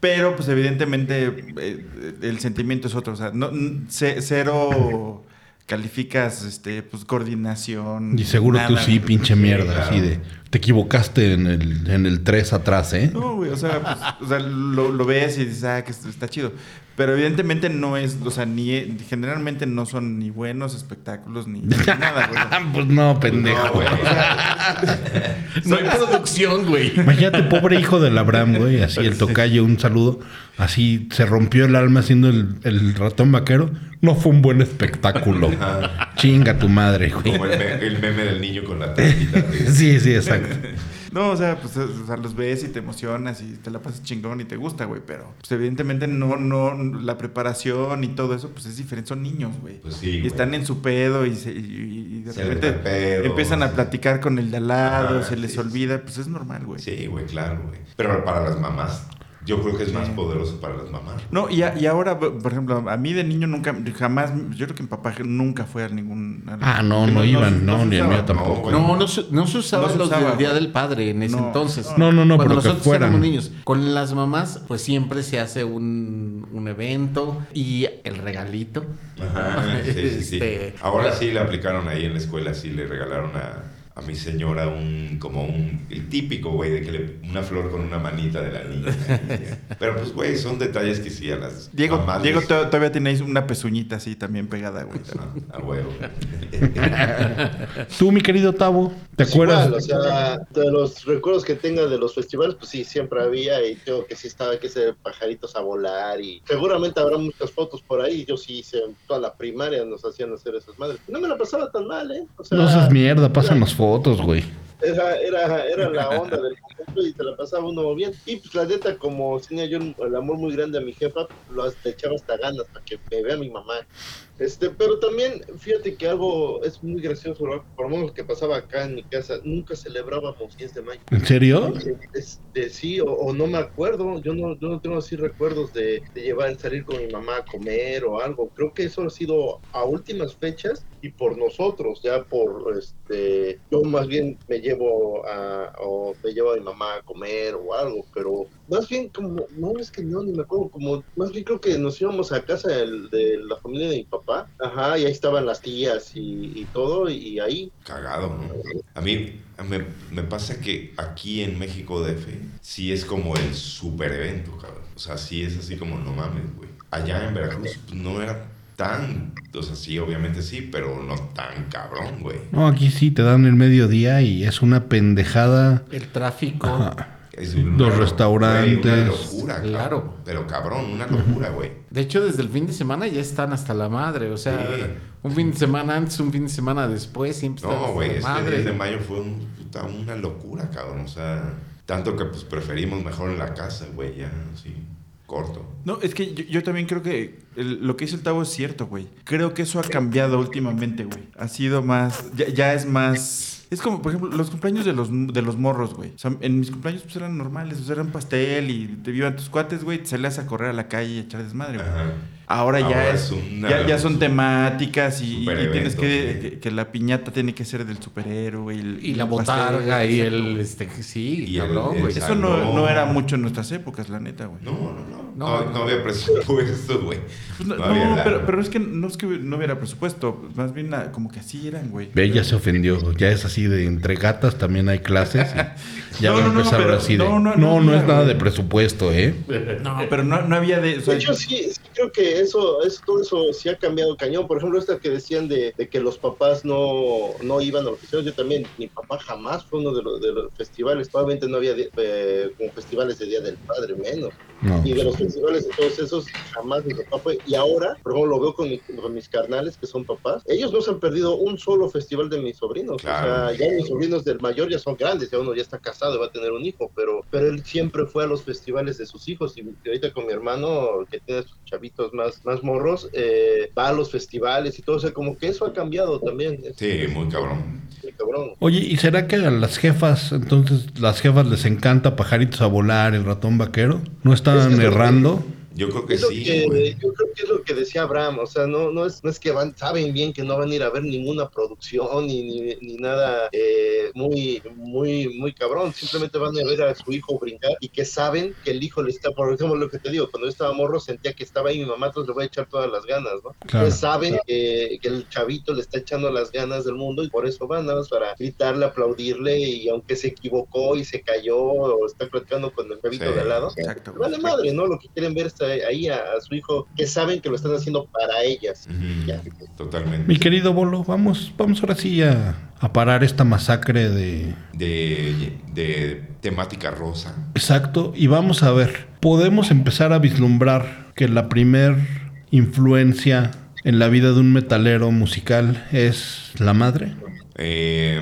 S4: Pero, pues, evidentemente, eh, el sentimiento es otro. O sea, no, n- ce- cero calificas, este, pues, coordinación.
S1: Y seguro
S4: nada,
S1: tú sí,
S4: güey.
S1: pinche mierda,
S2: claro.
S1: así de... Te equivocaste en el, en el 3 atrás, ¿eh?
S4: No, güey, o sea, pues, o sea, lo, lo ves y dices, ah, que esto está chido. Pero evidentemente no es, o sea, ni generalmente no son ni buenos espectáculos ni, ni nada, güey.
S1: pues no, pendejo.
S2: No, güey.
S3: No hay producción, güey.
S1: Imagínate, pobre hijo del Abraham, güey, así el tocayo, un saludo. Así se rompió el alma siendo el, el ratón vaquero. No fue un buen espectáculo. Chinga tu madre, güey.
S2: Como el, me- el meme del niño con la tarjeta.
S1: Sí, sí, exacto.
S4: No, o sea, pues o sea, los ves y te emocionas y te la pasas chingón y te gusta, güey, pero pues evidentemente no, no, la preparación y todo eso, pues es diferente, son niños, güey.
S2: Pues sí,
S4: y
S2: güey.
S4: están en su pedo y, se- y- y de
S2: Se les
S4: repente
S2: va el pedo.
S4: empiezan a platicar con el de al lado,
S2: Ah,
S4: se les
S2: sí,
S4: olvida, pues es normal, güey.
S2: Sí, güey, claro, güey. Pero para las mamás, yo creo que es más poderoso para las mamás.
S4: No, y, a- y ahora, por ejemplo, a mí de niño nunca, jamás, yo creo que mi papá nunca fue a ningún... a-
S1: Ah, no, no
S4: se-
S1: iban, no,
S4: se
S1: ni el
S4: usaba.
S1: mío tampoco.
S2: güey.
S3: No, no se, no se usaban
S4: No se
S3: los
S4: usaba,
S3: del Día
S4: güey.
S3: del Padre en ese
S4: No.
S3: entonces.
S1: No, no, no,
S3: Cuando
S1: pero que
S3: nosotros
S1: fueran.
S3: éramos niños. Con las mamás, pues siempre se hace un, un evento y el regalito.
S2: Ajá, sí, sí, sí.
S3: Este,
S2: Ahora sí le aplicaron ahí en la escuela, sí le regalaron a, a mi señora un, como un, el típico, güey, de que le, una flor con una manita de la niña. Pero pues, güey, son detalles que sí a las
S4: Diego,
S2: mamás
S4: Diego
S2: les-
S4: to- todavía tenéis una pezuñita así también pegada, güey.
S2: Ah, A huevo.
S1: Tú, mi querido Tavo, ¿te
S5: Pues
S1: acuerdas?
S5: igual, o sea, de los recuerdos que tenga de los festivales, pues sí, siempre había y creo que sí estaba que ese pajaritos a volar y seguramente habrá muchas fotos por ahí. Yo sí hice toda la primaria, nos hacían hacer esas madres. No me la pasaba tan mal, ¿eh? O sea,
S1: No seas mierda, pásanos fotos, güey.
S5: era, era, era la onda del momento y te la pasaba uno bien. Y pues la neta, como tenía yo un- el amor muy grande a mi jefa, lo has- le echaba hasta ganas para que me vea mi mamá. Este, pero también, fíjate que algo es muy gracioso, ¿verdad? por lo menos que pasaba acá en mi casa, nunca celebrábamos 10 de mayo.
S1: ¿En serio?
S5: Este, sí, o, o no me acuerdo, yo no, yo no tengo así recuerdos de, de llevar, salir con mi mamá a comer o algo. Creo que eso ha sido a últimas fechas y por nosotros, ya por, este, yo más bien me llevo a, o me llevo a mi mamá a comer o algo, pero más bien como, no es que no, ni me acuerdo, como, más bien creo que nos íbamos a casa del- de la familia de mi papá, ajá, y ahí estaban las tías y, y todo, y ahí,
S2: Cagado, ¿no? A mí me, me pasa que aquí en México DF sí es como el super evento, cabrón. O sea, sí es así como, no mames, güey. Allá en Veracruz pues, no era tan... O sea, sí, obviamente sí, pero no tan cabrón, güey.
S1: No, aquí sí, te dan el mediodía y es una pendejada.
S3: El tráfico.
S2: Es
S1: Los restaurantes.
S2: güey, Una locura,
S3: Claro.
S2: claro. Pero cabrón, una locura, güey.
S3: De hecho, desde el fin de semana ya están hasta la madre. O sea,
S2: Sí.
S3: un fin de semana antes, un fin de semana después, siempre están
S2: No,
S3: hasta
S2: güey,
S3: la
S2: este
S3: madre.
S2: 10 de mayo fue un- puta, una locura, cabrón. O sea, Tanto que pues preferimos mejor en la casa, güey, ya, así, corto.
S4: No, es que yo, yo también creo que el- lo que hizo el Tavo es cierto, güey. Creo que eso ha cambiado últimamente, güey. Ha sido más, ya, ya es más... Es como, por ejemplo, los cumpleaños de los, de los morros, güey. O sea, en mis cumpleaños pues eran normales, o sea, eran pastel y te iban tus cuates, güey, te salías a correr a la calle y a echar desmadre, güey.
S2: Ajá.
S4: Ahora ya,
S2: Ahora
S4: es,
S2: es una-
S4: ya, ya son temáticas y,
S2: Super
S4: y tienes
S2: evento,
S4: que,
S2: sí.
S4: que- que la piñata tiene que ser del superhéroe y, el-
S3: Y la
S4: el pastel,
S3: botarga y
S4: exacto,
S3: el,
S4: güey.
S3: este, sí,
S2: Y el-
S3: cabrón,
S2: el
S3: güey.
S2: sal-
S4: Eso no,
S2: Salón.
S4: no era mucho en nuestras épocas, la neta, güey.
S2: No, no, no.
S3: No,
S2: No,
S3: no.
S2: no había presupuesto, güey.
S4: Pues No,
S2: No había
S4: no,
S2: lana.
S4: pero, pero es que no es que no hubiera presupuesto, más bien ah, como que así eran, güey.
S1: Ve, ya se ofendió. Ya es así de entre gatas también hay clases. y ya
S4: No,
S1: va a
S4: no, no,
S1: empezar ahora
S4: pero-
S1: así de.
S4: no,
S1: No,
S4: no,
S1: no,
S4: no, no,
S1: es nada
S4: güey.
S1: de presupuesto, ¿eh?
S2: Ah.
S4: No, pero no, no había de... o sea,
S5: De hecho, sí, sí creo que eso, es, todo eso sí ha cambiado cañón. Por ejemplo, esta que decían de, de que los papás no, no iban a los festivales. Yo también, mi papá jamás fue uno de los, de los festivales. Probablemente no había de- eh, como festivales de Día del Padre, menos.
S1: No.
S5: Y de los festivales de todos esos, jamás mi papá fue. Y ahora, por ejemplo, lo veo con, mi- con mis carnales que son papás. Ellos no se han perdido un solo festival de mis sobrinos.
S2: Claro.
S5: O sea, ya mis sobrinos del mayor ya son grandes, ya uno ya está casado y va a tener un hijo, pero, pero él siempre fue a los festivales de sus hijos. Y ahorita con mi hermano, que tiene sus chavitos más, más morros, eh, va a los festivales y todo. O sea, como que eso ha cambiado también. Es
S2: Sí, muy cabrón.
S5: muy cabrón.
S1: Oye, ¿y será que a las jefas, entonces, las jefas les encanta pajaritos a volar, el ratón vaquero? ¿No
S5: Es
S1: están
S5: que es lo que-
S1: errando?
S2: Yo creo que
S5: Es lo
S2: sí,
S5: que-
S2: güey.
S5: yo creo que es lo que decía Abraham, o sea, no, no, es, no es que van, saben bien que no van a ir a ver ninguna producción ni, ni, ni nada eh, muy, muy, muy cabrón, simplemente van a ver a su hijo brincar y que saben que el hijo le está, por ejemplo, lo que te digo, cuando yo estaba morro sentía que estaba ahí mi mamá, entonces le voy a echar todas las ganas, ¿no?
S1: Claro.
S5: Entonces saben que, que el chavito le está echando las ganas del mundo y por eso van, nada más para gritarle, aplaudirle y aunque se equivocó y se cayó o está platicando con el chavito
S2: Sí.
S5: de al lado,
S4: Exacto, güey.
S5: Vale madre, ¿no? Lo que quieren ver está ahí a, a su hijo, que saben que lo están haciendo para ellas.
S2: Ujú,
S5: Ya.
S1: Mi
S2: Totalmente.
S1: querido Bolo, vamos, vamos ahora sí a, a parar esta masacre de...
S2: De, de temática rosa.
S1: Exacto, y vamos a ver, podemos empezar a vislumbrar que la primer influencia en la vida de un metalero musical es la madre.
S2: Eh,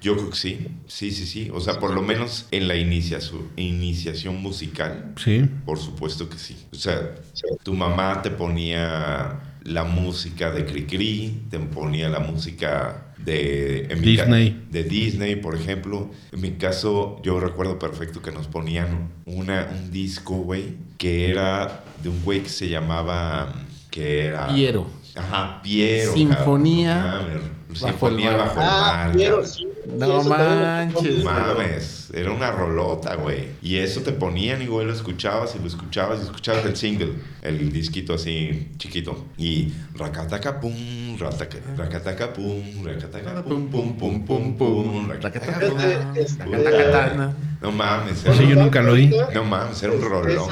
S2: yo creo que sí. Sí, sí, sí. O sea, por lo menos en la inicia- su- iniciación musical.
S1: Sí,
S2: Por supuesto que sí. O sea, tu mamá te ponía la música de Cricri, te ponía la música de en mi ca-
S1: Disney.
S2: de Disney, por ejemplo. En mi caso, yo recuerdo perfecto que nos ponían una, un disco, güey, que era de un güey que se llamaba que era
S3: Piero.
S2: Ajá, Piero.
S3: Sinfonía
S2: cabrón, no mames,
S3: bajo el
S2: Sinfonía
S3: mar.
S2: bajo el
S5: Ah,
S2: mar.
S5: quiero,
S2: cabrón.
S5: sí.
S3: No
S5: eso también lo-
S3: manches.
S2: Mames, era una rolota, güey. Y eso te ponían y, güey, lo escuchabas y lo escuchabas y escuchabas el single, el disquito así chiquito. Y racataca pum, rataca, racataca pum, racataca pum, pum, pum, pum, pum, racataca pum.
S5: Este, eh,
S2: No mames, era
S1: Sí, yo
S2: un-
S1: nunca lo oí.
S2: no mames, era un rolón.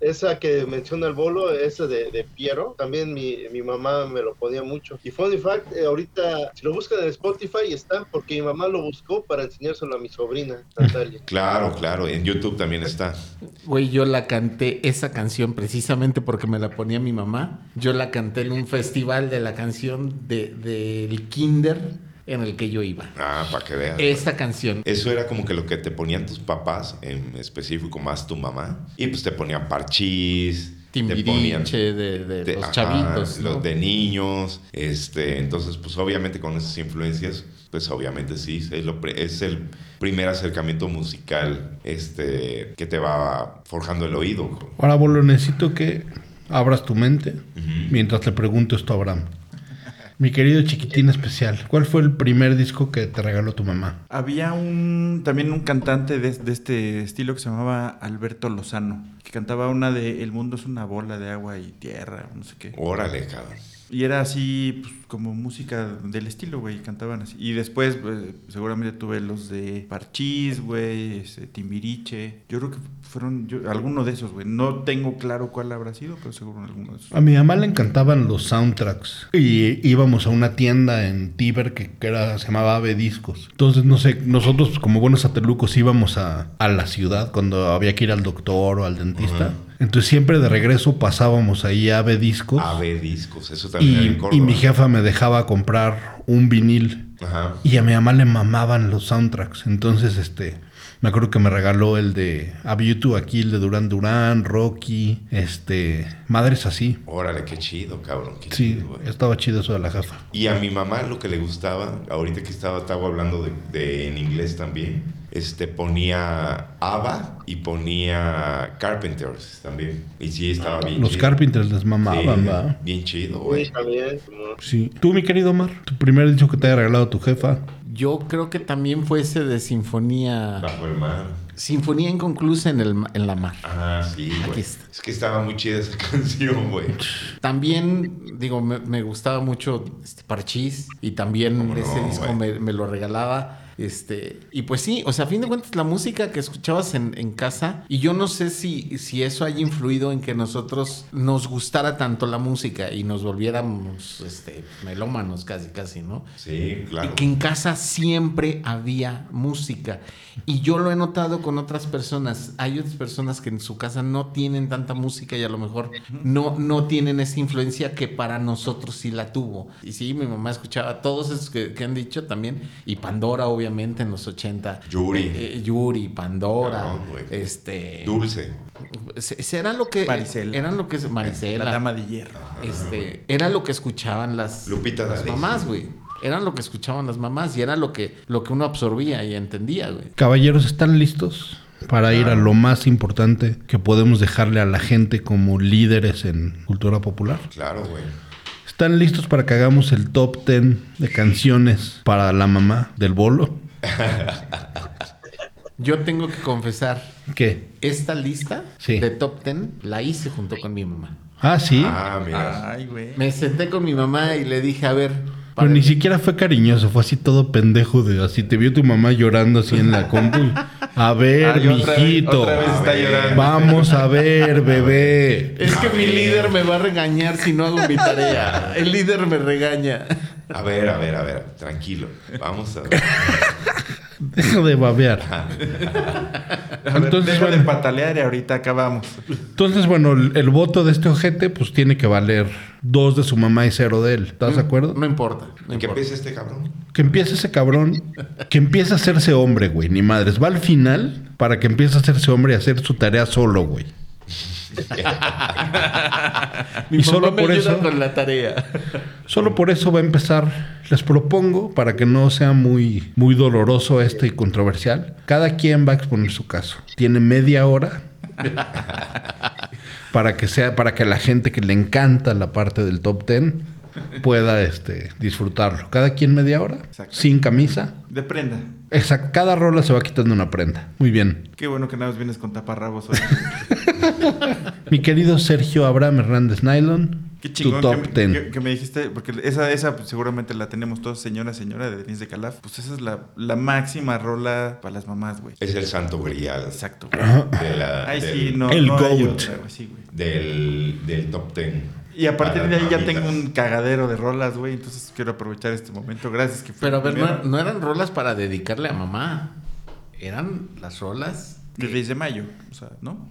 S5: Esa, esa que menciona el bolo, esa de, de Piero, también mi, mi mamá me lo ponía mucho. Y funny fact, eh, ahorita, si lo buscan en Spotify, está, porque mi mamá lo buscó para enseñárselo a mi sobrina, Natalia.
S2: Claro, claro, en YouTube también está.
S3: Güey, yo la canté esa canción precisamente porque me la ponía mi mamá. Yo la canté en un festival de la canción de- del Kinder en el que yo iba.
S2: Ah, para que veas.
S3: Esa canción.
S2: Eso era como que lo que te ponían tus papás, en específico más tu mamá. Y pues te ponían parchís, te ponían
S3: Timbiriche de, de
S2: de-
S3: los
S2: ajá,
S3: chavitos. ¿no?
S2: Los de niños. Este, entonces, pues obviamente con esas influencias, pues obviamente sí, es, lo pre- es el primer acercamiento musical este, que te va forjando el oído.
S1: Ahora, Bolo, necesito que abras tu mente mientras le pregunto esto a Abraham. Mi querido chiquitín especial, ¿cuál fue el primer disco que te regaló tu mamá?
S4: Había un también un cantante de, de este estilo que se llamaba Alberto Lozano, que cantaba una de El mundo es una bola de agua y tierra, no sé qué.
S2: Órale, cabrón.
S4: Y era así, pues, como música del estilo, güey, cantaban así. Y después, pues, seguramente tuve los de Parchís, güey, ese, Timbiriche. Yo creo que fueron yo- alguno de esos, güey. No tengo claro cuál habrá sido, pero seguro alguno de esos.
S1: A mi mamá le encantaban los soundtracks y íbamos a una tienda en Tíber que, que era, se llamaba Ave Discos. Entonces, no sé, nosotros pues, como buenos satelucos íbamos a, a la ciudad cuando había que ir al doctor o al dentista. Entonces, siempre de regreso pasábamos ahí a Ave Discos
S2: AB Discos, eso también era en
S1: y,
S2: Córdoba.
S1: y mi jefa me dejaba comprar un vinil.
S2: Ajá.
S1: Y a mi mamá le mamaban los soundtracks. Entonces, este, Me acuerdo que me regaló el de A View to a Kill de Duran Duran, Rocky, este, madres así.
S2: Órale, qué chido, cabrón. qué
S1: Sí,
S2: chido, güey.
S1: estaba chido eso de la jafa.
S2: Y a mi mamá lo que le gustaba, ahorita que estaba, estaba hablando de, de- en inglés también, este, ponía ABBA y ponía Carpenters también. Y sí, estaba bien
S1: Los
S2: chido.
S1: Carpenters les
S2: Sí,
S1: mamaban, ¿va?
S2: Bien chido,
S5: Sí,
S2: güey.
S5: también, como-
S1: Sí. Tú, mi querido Omar, tu primer disco que te haya regalado tu jefa.
S3: Yo creo que también fue ese de Sinfonía.
S2: Bajo el mar.
S3: Sinfonía inconclusa en, el, ma- en la mar.
S2: Ah, sí,
S3: Aquí
S2: güey.
S3: está.
S2: Es que estaba muy chida esa canción, güey.
S3: También, digo, me, me gustaba mucho este Parchís y también
S2: ¿Cómo no,
S3: ese disco
S2: güey?
S3: me, me lo regalaba. Este, y pues sí, o sea, a fin de cuentas, la música que escuchabas en, en casa, y yo no sé si, si eso haya influido en que nosotros nos gustara tanto la música y nos volviéramos este, melómanos casi, casi, ¿no?
S2: Sí,
S3: Y
S2: claro.
S3: que en casa siempre había música. Y yo lo he notado con otras personas. Hay otras personas que en su casa no tienen tanta música y a lo mejor no, no tienen esa influencia que para nosotros sí la tuvo. Y sí, mi mamá escuchaba todos esos que, que han dicho también. Y Pandora, obviamente, en los 80.
S2: Yuri.
S3: Eh, eh, Yuri, Pandora.
S2: Cabrón, güey.
S3: este.
S2: Dulce.
S3: se- se Era lo que.
S4: Maricel.
S3: Eran lo que. Maricela.
S4: La dama de hierro.
S3: Este, era lo que escuchaban las,
S2: Lupita
S3: las
S2: D'Alessio.
S3: mamás, güey. Eran lo que escuchaban las mamás y era lo que, lo que uno absorbía y entendía, güey.
S1: Caballeros, ¿están listos para ir a lo más importante que podemos dejarle a la gente como líderes en cultura popular?
S2: Claro, güey.
S1: ¿Están listos para que hagamos el top 10 de canciones para la mamá del bolo?
S3: Yo tengo que confesar,
S1: ¿Qué?
S3: esta lista
S1: Sí.
S3: de top 10 la hice junto con mi mamá.
S1: Ah, sí.
S2: Ah, mira.
S4: Ay, güey.
S3: Me senté con mi mamá y le dije, a ver,
S1: Pero
S3: para-
S1: Pues ni siquiera fue cariñoso, fue así todo pendejo de así te vio tu mamá llorando así en la compu. A ver,
S4: Ay, Ah, otra vez-
S1: mijito.
S4: otra vez
S2: A
S4: está
S2: ver.
S4: llorando.
S1: Vamos a ver, bebé.
S3: es que
S2: A
S3: mi
S2: ver.
S3: líder me va a regañar si no hago mi
S2: Ah.
S3: tarea. El líder me regaña.
S2: A ver, a ver, a ver. Tranquilo. Vamos a ver.
S1: Deja de babear.
S4: A ver,
S1: Entonces,
S4: deja de
S1: bueno.
S4: patalear y ahorita acabamos.
S1: Entonces, bueno, el, el voto de este ojete pues tiene que valer dos de su mamá y cero de él. ¿Estás de acuerdo?
S3: No importa. no
S2: ¿En qué
S3: importa.
S2: pesa este cabrón?
S1: Que empiece ese cabrón, que empiece a hacerse hombre, güey, ni madres. Va al final para que empiece a hacerse hombre y hacer su tarea solo, güey.
S3: Mi
S1: Y
S3: mamá
S1: solo
S3: me
S1: por
S3: ayuda
S1: eso-
S3: con la tarea.
S1: Solo por eso va a empezar. Les propongo, para que no sea muy, muy doloroso esto y controversial, cada quien va a exponer su caso. Tiene media hora para que sea, para que la gente que le encanta la parte del top ten pueda este, disfrutarlo. Cada quien media hora,
S4: Exacto.
S1: sin camisa.
S4: De prenda.
S1: Esa- cada rola se va quitando una prenda. Muy bien.
S4: Qué bueno que nada más vienes con taparrabos hoy.
S1: Mi querido Sergio Abraham Hernández Nylon,
S4: Qué
S1: tu
S4: chingón
S1: top
S4: que,
S1: ten.
S4: que- que me dijiste, porque esa, esa pues, seguramente la tenemos todos, señora, señora, de Denise de Calaf. Pues esa es la, la máxima rola para las mamás, güey.
S2: Es el santo grial.
S4: Exacto. güey.
S2: De la,
S4: Ay,
S2: del-
S4: sí, no.
S1: El
S4: no hay
S1: goat.
S4: otra, güey, sí, güey.
S2: del, del top ten.
S4: Y a partir
S2: Para
S4: de ahí ya
S2: mamitas.
S4: tengo un cagadero de rolas, güey. Entonces quiero aprovechar este momento. Gracias. Que fue
S3: Pero a ver, no,
S4: primero.
S3: no eran rolas para dedicarle a mamá. Eran las rolas.
S4: El 10 de mayo, o sea, ¿no?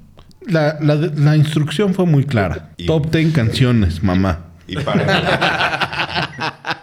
S1: La, la- la instrucción fue muy clara.
S2: Y-
S1: Top 10 canciones, mamá.
S2: Y para,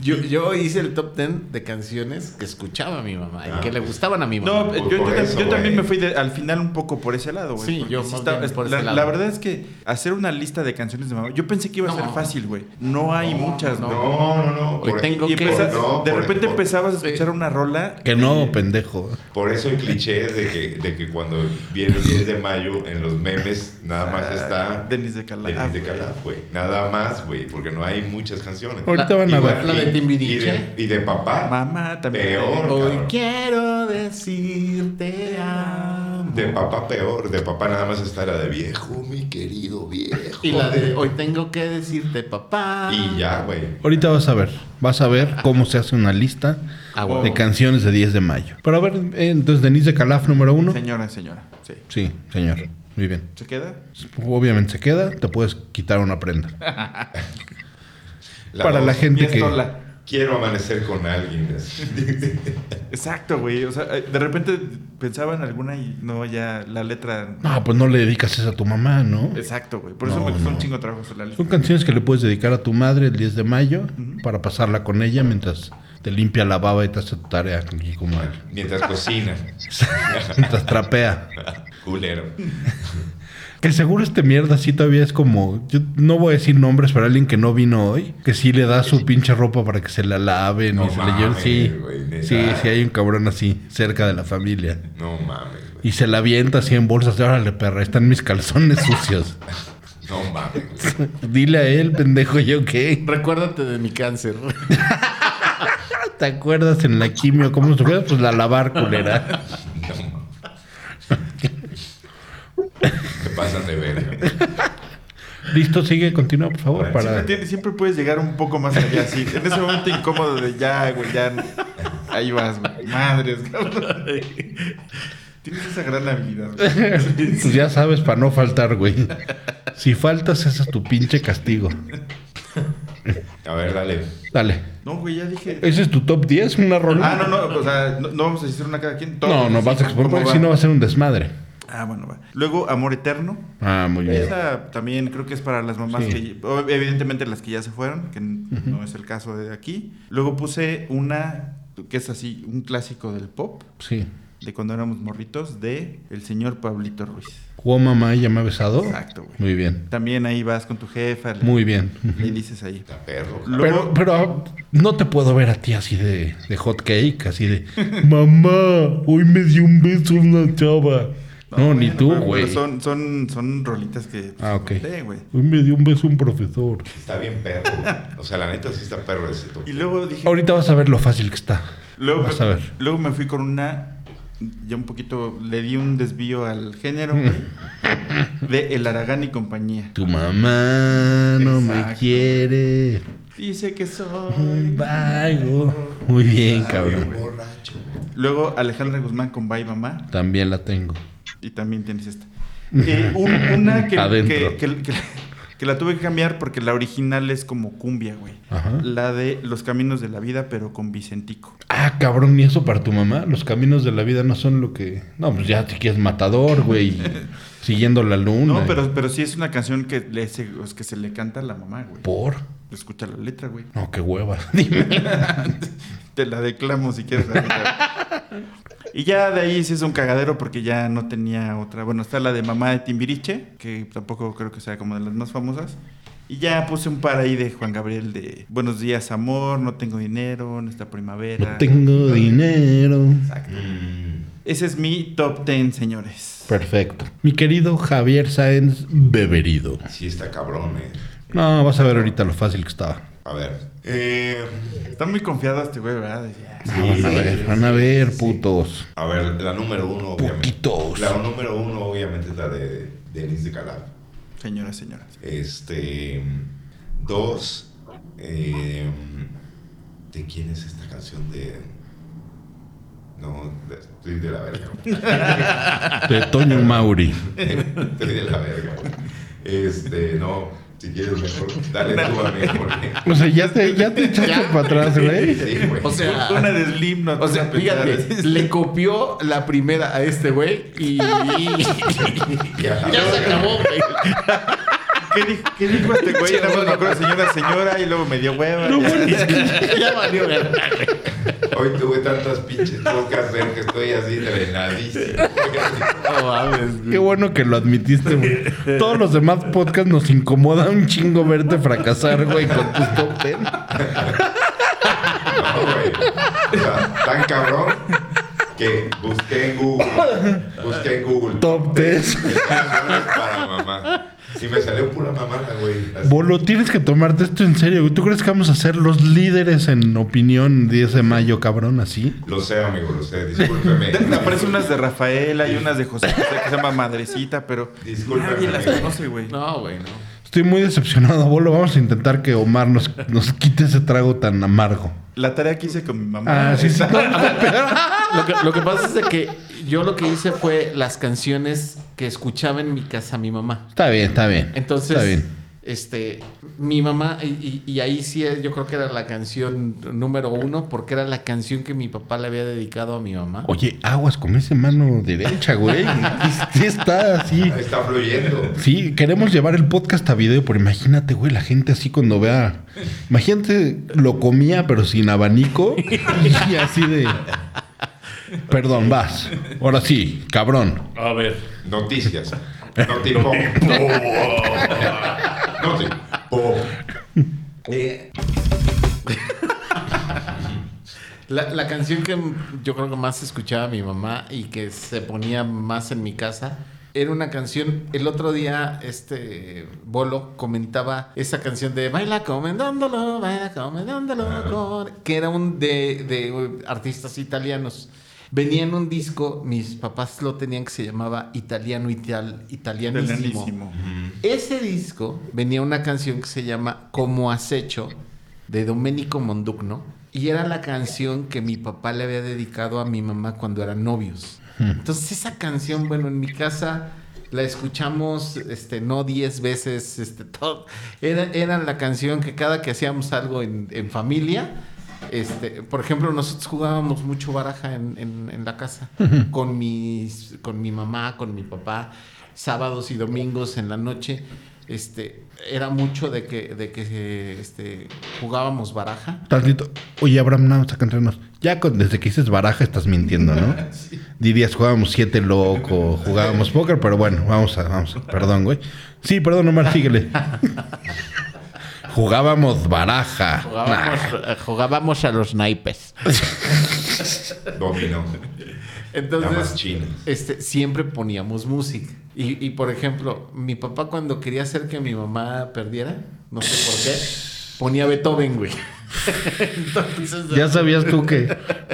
S3: Yo, yo hice el top ten de canciones que escuchaba mi mamá y que le gustaban a mi mamá.
S4: No, eh,
S2: por-
S4: yo,
S2: por
S4: yo tam-
S2: eso,
S4: yo también
S2: güey.
S4: me fui de- al final un poco por ese lado, güey.
S3: Sí,
S4: porque
S3: yo más
S4: estaba-
S3: bien por
S4: la,
S3: ese lado.
S4: la verdad es que hacer una lista de canciones de mamá, yo pensé que iba a
S3: No.
S4: ser fácil, güey. No hay muchas,
S3: no.
S4: güey.
S2: no, no, no.
S3: Hoy
S2: Por,
S3: tengo
S4: Y
S3: Ok.
S4: empezas-
S2: No,
S4: de
S2: por-
S4: repente
S2: por-
S4: empezabas a
S3: Sí.
S4: escuchar una rola.
S1: Que no, pendejo.
S2: por eso el cliché de que, de que cuando viene el 10 de mayo en los memes nada
S3: Ah,
S2: más está
S4: Denis de Ah, Calaf.
S2: Denis de Calaf, güey. Nada más, güey, porque no hay muchas canciones.
S1: Ahorita van a
S2: Igual,
S1: ver.
S3: La de
S2: y-
S3: Timbiriche. Ah,
S2: Y de, y de papá.
S4: Mamá también.
S2: Peor.
S3: Hoy
S2: cabrón.
S3: quiero decirte amo.
S2: De papá peor. De papá nada más está la de viejo, mi querido viejo.
S3: Y la de hoy tengo que decirte papá.
S2: Y ya, güey.
S1: Ahorita vas a ver. Vas a ver cómo se hace una lista
S3: Ah, huevo.
S1: de canciones de 10 de mayo. Pero a ver, eh, entonces Denise de Calaf, número uno.
S4: Señora, señora. Sí.
S1: Sí, señor. Muy bien.
S4: ¿Se queda?
S1: Obviamente se queda. Te puedes quitar una prenda. Para
S2: dos,
S1: la gente
S4: Mía
S1: que...
S4: Estola.
S2: Quiero amanecer con alguien.
S4: Exacto, güey. O sea, eh, de repente pensaba en alguna y no, ya la letra.
S1: No, pues no le dedicas eso a tu mamá, ¿no?
S4: Exacto, güey. Por eso
S1: No,
S4: me costó
S1: no.
S4: un chingo de trabajo hacer la lista.
S1: Son canciones que le puedes dedicar a tu madre el 10 de mayo para pasarla con ella mientras te limpia la baba y te hace tu tarea aquí como él.
S2: Mientras cocina.
S1: Mientras trapea.
S2: Culero.
S1: Que seguro este mierda sí todavía es como, yo no voy a decir nombres para alguien que no vino hoy, que sí le da su pinche ropa para que se la laven
S2: No
S1: y se le lleven.
S2: mames,
S1: Sí,
S2: güey, neta.
S1: sí, sí hay un cabrón así, cerca de la familia.
S2: No mames, güey.
S1: Y se la avienta así en bolsas de órale, perra, ahí están mis calzones sucios.
S2: No mames, güey.
S1: Dile a él, pendejo, yo qué.
S3: Recuérdate de mi cáncer.
S1: ¿Te acuerdas en la quimio cómo nos tocó? Pues la lavar, culera.
S2: No mames. Te pasas de verga.
S1: Listo, sigue, continúa, por favor, para...
S4: Siempre, tiene- siempre puedes llegar un poco más allá, sí. En ese momento incómodo de ya, güey, ya. Ahí vas, güey. Madres, cabrón. Tienes esa gran habilidad. güey.
S1: Pues ya sabes, para no faltar, güey. Si faltas, ese es tu pinche castigo.
S2: A ver, dale.
S1: Dale.
S4: No, güey, ya dije.
S1: ¿Ese es tu top 10? ¿Una rola?
S4: Ah, no, no, o sea, no, no vamos a decir una cada quien. Todos,
S1: No, no
S4: así,
S1: vas a exponer
S4: ¿cómo
S1: porque
S4: va?
S1: si no va a ser un desmadre.
S4: Ah, bueno, va. Luego, Amor Eterno.
S1: Ah, muy bien.
S4: Esa también creo que es para las mamás
S1: Sí.
S4: que, o- evidentemente las que ya se fueron, que n- no es el caso de aquí. Luego puse una que es así, un clásico del pop,
S1: Sí.
S4: de cuando éramos morritos, de el señor Pablito Ruiz.
S1: ¿Jugó mamá y ya me ha besado?
S4: Exacto, güey.
S1: Muy bien.
S4: También ahí vas con tu jefa, le,
S1: Muy bien.
S4: le dices ahí.
S2: La perro.
S1: Pero,
S4: Luego-
S1: pero ah, no te puedo ver a ti así de, de hot cake, así de mamá, hoy me dio un beso una chava. No, ni
S4: bueno,
S1: tú,
S4: pero
S1: güey.
S4: Son, son, son rolitas que pues,
S1: Ah, ok.
S4: inventé, güey.
S1: Hoy me dio un beso un profesor.
S2: Está bien perro. güey. O sea, la neta sí está perro ese top.
S4: Y luego dije,
S1: Ahorita vas a ver lo fácil que está.
S4: Luego,
S1: Vas a ver.
S4: luego me fui con una. Ya un poquito le di un desvío al género güey, de El Aragán y compañía.
S1: Tu mamá no me
S4: Exacto.
S1: quiere.
S4: Dice que soy.
S1: Un vago. Muy bien, cabrón.
S2: Borracho.
S4: Luego Alejandra Guzmán con Bye Mamá.
S1: También la tengo.
S4: Y también tienes esta. Eh, un- una que,
S1: Adentro.
S4: que- que- que- que la tuve que cambiar porque la original es como cumbia, güey.
S1: Ajá.
S4: La de Los Caminos de la Vida, pero con Vicentico.
S1: Ah, cabrón, ¿y eso para tu mamá? Los caminos de la vida no son lo que... No, pues ya te quieres matador, güey. siguiendo la luna.
S4: No, pero, pero sí es una canción que, le, se- que se le canta a la mamá, güey.
S1: ¿Por?
S4: Escucha la letra, güey.
S1: No, qué hueva. Dime.
S4: Te la declamo si quieres. ahorita. y ya de ahí sí es un cagadero porque ya no tenía otra. Bueno, está la de Mamá de Timbiriche, que tampoco creo que sea como de las más famosas. Y ya puse un par ahí de Juan Gabriel de Buenos días, amor, no tengo dinero, en esta primavera.
S1: No tengo dinero.
S4: Exacto. Mm. Ese es mi top 10, señores.
S1: Perfecto. Mi querido Javier Sáenz Beberido.
S2: Sí está cabrón, eh.
S1: No, vas a ver ahorita lo fácil que estaba.
S2: A ver. Eh,
S4: Está muy confiado este güey, ¿verdad? De-
S1: Ah, van a ver, van a ver, putos.
S2: a ver, la número uno, obviamente.
S1: Poquitos.
S2: La número uno, obviamente, es la de Denis de Calab.
S4: Señoras, señoras.
S2: Este. Dos. eh, ¿De quién es esta canción de.? No, de- estoy de la verga.
S1: De Toño Mauri.
S2: Estoy de la verga. Este, no. Si quieres, mejor. Dale tú a mí. Porque...
S1: O sea, ya te, ya te echaste para atrás, güey.
S2: Sí, güey.
S3: O sea,
S4: Una de Slim, no
S3: O sea,
S4: te voy a pensar.
S3: fíjate, le copió la primera a este güey y,
S2: Ya.
S3: ya se acabó, güey.
S4: ¿Qué dijo, qué dijo este güey? Nada más me acuerdo, señora, señora, y luego me dio hueva.
S1: No,
S4: Ya.
S1: bueno, es que-
S3: Ya valió verga.
S2: Hoy tuve tantas pinches cosas que hacer que estoy así drenadísimo.
S3: No mames, güey.
S1: Qué bueno que lo admitiste, güey. Todos los demás podcasts nos incomoda un chingo verte fracasar, güey, con tus top ten.
S2: No, güey. O sea, tan cabrón que busqué en Google. Busqué en Google.
S1: Top 10.
S2: Canciones para mamá. Y me salió pura mamada, güey. Así.
S1: Bolo, tienes que tomarte esto en serio. güey. ¿Tú crees que vamos a ser los líderes en opinión 10 de mayo, cabrón, así?
S2: Lo sé, amigo, lo sé.
S1: Eh,
S2: Discúlpeme.
S4: Te- te Aparecen unas de Rafaela y unas de José José que se llama Madrecita, pero
S2: Discúlpame,
S4: nadie las
S2: amigo.
S4: conoce, güey.
S3: No, güey, no.
S1: Estoy muy decepcionado, Bolo. Vamos a intentar que Omar nos, nos quite ese trago tan amargo.
S4: La tarea que hice con mi mamá.
S1: Ah, sí, sí.
S4: Esa-
S3: Lo que, lo que pasa es de que yo lo que hice fue las canciones que escuchaba en mi casa mi mamá.
S1: Está bien, está bien.
S3: Entonces,
S1: Está bien.
S3: Este, mi mamá, y, y- y ahí sí eh, yo creo que era la canción número uno, porque era la canción que mi papá le había dedicado a mi mamá.
S1: Oye, aguas con ese mano derecha, güey. Sí está así.
S2: Está fluyendo.
S1: Sí, queremos llevar el podcast a video, pero imagínate, güey, la gente así cuando vea. Imagínate, lo comía, pero sin abanico. Y así de. Perdón, vas. Ahora sí, cabrón.
S6: A ver.
S2: Noticias. Notipop. Notipop.
S3: Eh, La, la canción que yo creo que más escuchaba mi mamá y que se ponía más en mi casa era una canción. El otro día, este Bolo comentaba esa canción de Baila comendándolo, baila comendándolo, con-", que era un de, de artistas italianos. Venía en un disco, mis papás lo tenían que se llamaba Italiano Ital, italianísimo.
S4: Italianísimo.
S3: Ese disco venía una canción que se llama Como has hecho de Domenico Mondugno y era la canción que mi papá le había dedicado a mi mamá cuando eran novios. Entonces esa canción, bueno, en mi casa la escuchamos este no 10 veces, este todo era, era la canción que cada que hacíamos algo en, en familia este, por ejemplo, nosotros jugábamos mucho baraja en, en- en la casa con, mis, con mi mamá, con mi papá, sábados y domingos en la noche. Este, era mucho de que, de que este, jugábamos baraja.
S1: Tantito. Oye, Abraham, vamos a cantarnos. Ya con- desde que dices baraja estás mintiendo, ¿no? Dirías, jugábamos siete loco, jugábamos póker, pero bueno, vamos a, vamos a- perdón, güey. Sí, perdón, Omar, síguele. jugábamos baraja.
S3: Jugábamos, eh, jugábamos a los naipes.
S2: Domino. Damas
S3: Entonces,
S2: chinas.
S3: este, siempre poníamos música. Y, y, por ejemplo, mi papá cuando quería hacer que mi mamá perdiera, no sé por qué, ponía Beethoven, güey. Entonces,
S1: Ya sabías tú que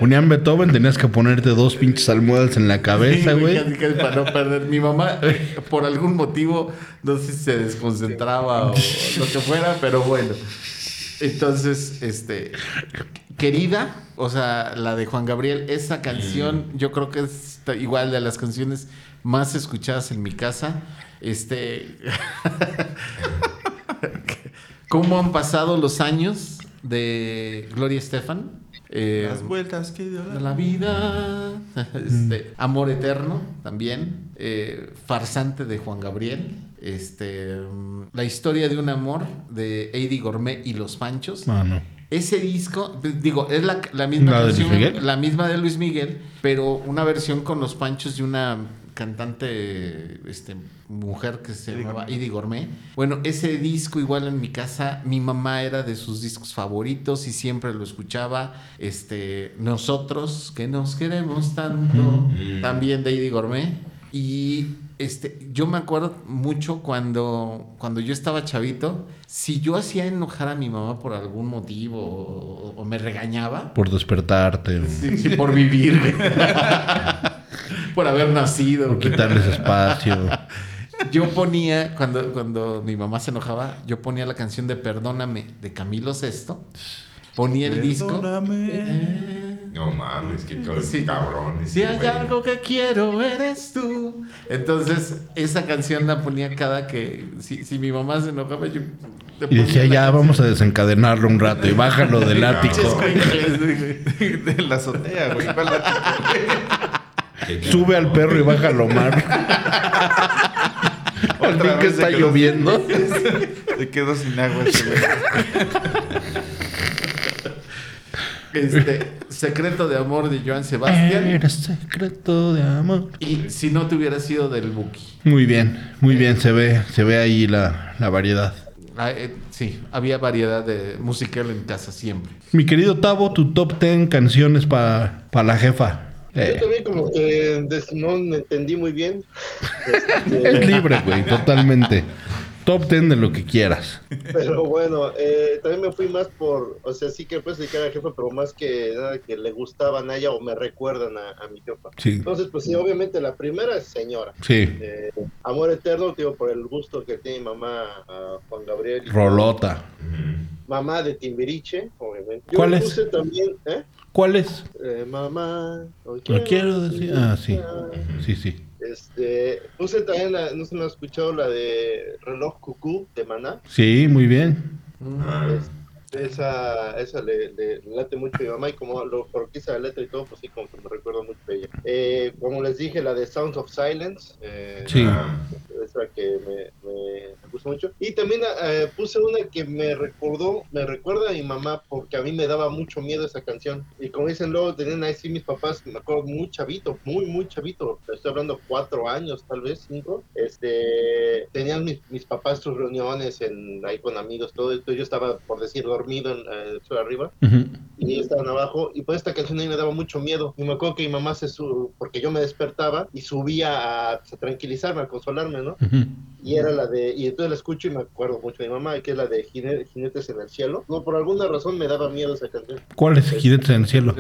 S1: ponían Beethoven, tenías que ponerte dos pinches almohadas en la cabeza,
S3: Sí,
S1: güey.
S3: casi, casi para no perder. Mi mamá, eh, por algún motivo, no sé si se desconcentraba o lo que fuera, pero bueno. Entonces, este. Querida, o sea, la de Juan Gabriel, esa canción,
S1: Mm.
S3: yo creo que es ta- igual de las canciones más escuchadas en mi casa. Este. ¿Cómo han pasado los años de Gloria Estefan? Eh,
S4: Las vueltas que dio
S3: de la vida. Este, Amor Eterno también. Eh, farsante de Juan Gabriel. Este, mm, la historia de un amor de Eddie Gourmet y Los Panchos.
S1: Ah, no.
S3: Ese disco, pues, digo, es la, la misma
S1: ¿La de Luis
S3: canción,
S1: Miguel?
S3: la misma de Luis Miguel, pero una versión con los panchos de una cantante este, mujer que se llamaba Idi Gourmet. Bueno, ese disco igual en mi casa, mi mamá era de sus discos favoritos y siempre lo escuchaba. Este, nosotros que nos queremos tanto, también de Idi Gourmet. Y este, yo me acuerdo mucho cuando, cuando yo estaba chavito, si yo hacía enojar a mi mamá por algún motivo o, o me regañaba,
S1: Por despertarte,
S3: sí, sí, por vivir, güey. por haber nacido,
S1: por
S3: güey.
S1: quitarles espacio.
S3: yo ponía, cuando, cuando mi mamá se enojaba, yo ponía la canción de Perdóname de Camilo VI, ponía el
S4: Perdóname.
S3: disco.
S2: No mames, qué co-
S3: Sí.
S2: cabrón. ese
S3: Si hay
S2: güey.
S3: algo que quiero, eres tú. Entonces, esa canción la ponía cada que. Si, si mi mamá se enojaba, yo.
S1: Y
S3: le ponía
S1: decía,
S3: la
S1: ya
S3: canción".
S1: vamos a desencadenarlo un rato y bájalo del
S3: Pinches
S1: ático.
S3: güeyes, güey.
S4: De la azotea, güey. ¿Cuál la-
S2: Qué cabrón.
S1: Sube al perro y bájalo, Omar. Al fin que
S4: vez
S1: está
S4: se quedó-
S1: lloviendo.
S4: Se quedó sin agua ese güey.
S3: Este, Secreto de amor de Joan Sebastián.
S1: Era secreto de amor.
S3: Y si no te hubiera sido del Buki.
S1: Muy bien, muy bien, se ve, se ve ahí la, la variedad.
S3: Ah, eh, sí, había variedad de musical en casa siempre.
S1: Mi querido Tavo, tu top 10 canciones para la jefa.
S5: Yo
S1: Eh,
S5: también como que des- no me entendí muy bien.
S1: es libre, güey, totalmente. Top 10 de lo que quieras.
S5: Pero bueno, eh, también me fui más por, o sea, sí que puedes dedicar a la jefa, pero más que nada que le gustaban a ella o me recuerdan a, a mi jefa.
S1: Sí,
S5: Entonces, pues sí, obviamente la primera es señora.
S1: sí.
S5: Eh, Amor Eterno, digo, por el gusto que tiene mamá a Juan Gabriel.
S1: Rolota.
S5: Mamá de Timbiriche, obviamente. Yo
S1: ¿Cuál es?
S5: puse también, ¿eh?
S1: ¿Cuál es?
S5: Eh, mamá, no
S1: ah, Lo quiero decir. Ah, sí. Sí, sí.
S5: Este, puse también, la, no se lo han escuchado, la de Reloj Cucú de Maná.
S1: Sí, muy bien.
S2: Ah.
S5: Es- Este, esa esa le, le late mucho a mi mamá y como lo porquiza la letra y todo, pues sí, como que me recuerda mucho a ella. Eh, como les dije, la de Sounds of Silence. eh,
S1: Sí.
S2: ah,
S5: esa que me, me, me gustó mucho. Y también eh, puse una que me recordó, me recuerda a mi mamá, porque a mí me daba mucho miedo esa canción. Y como dicen luego, tenían ahí sí mis papás, me acuerdo muy chavito, muy, muy chavito, estoy hablando cuatro años, tal vez cinco. Este, tenían mis, mis papás sus reuniones en, ahí con amigos, todo. Entonces yo estaba, por decir, dormido en, eh, sur arriba
S1: Ujú.
S5: y ellos estaban abajo y pues esta canción a mí me daba mucho miedo y me acuerdo que mi mamá se su porque yo me despertaba y subía a, pues, a tranquilizarme a consolarme no
S1: Ujú.
S5: y era la de y entonces la escucho y me acuerdo mucho de mi mamá que es la de Jine- jinetes en el cielo no por alguna razón me daba miedo esa canción
S1: ¿Cuál es Jinetes en el cielo?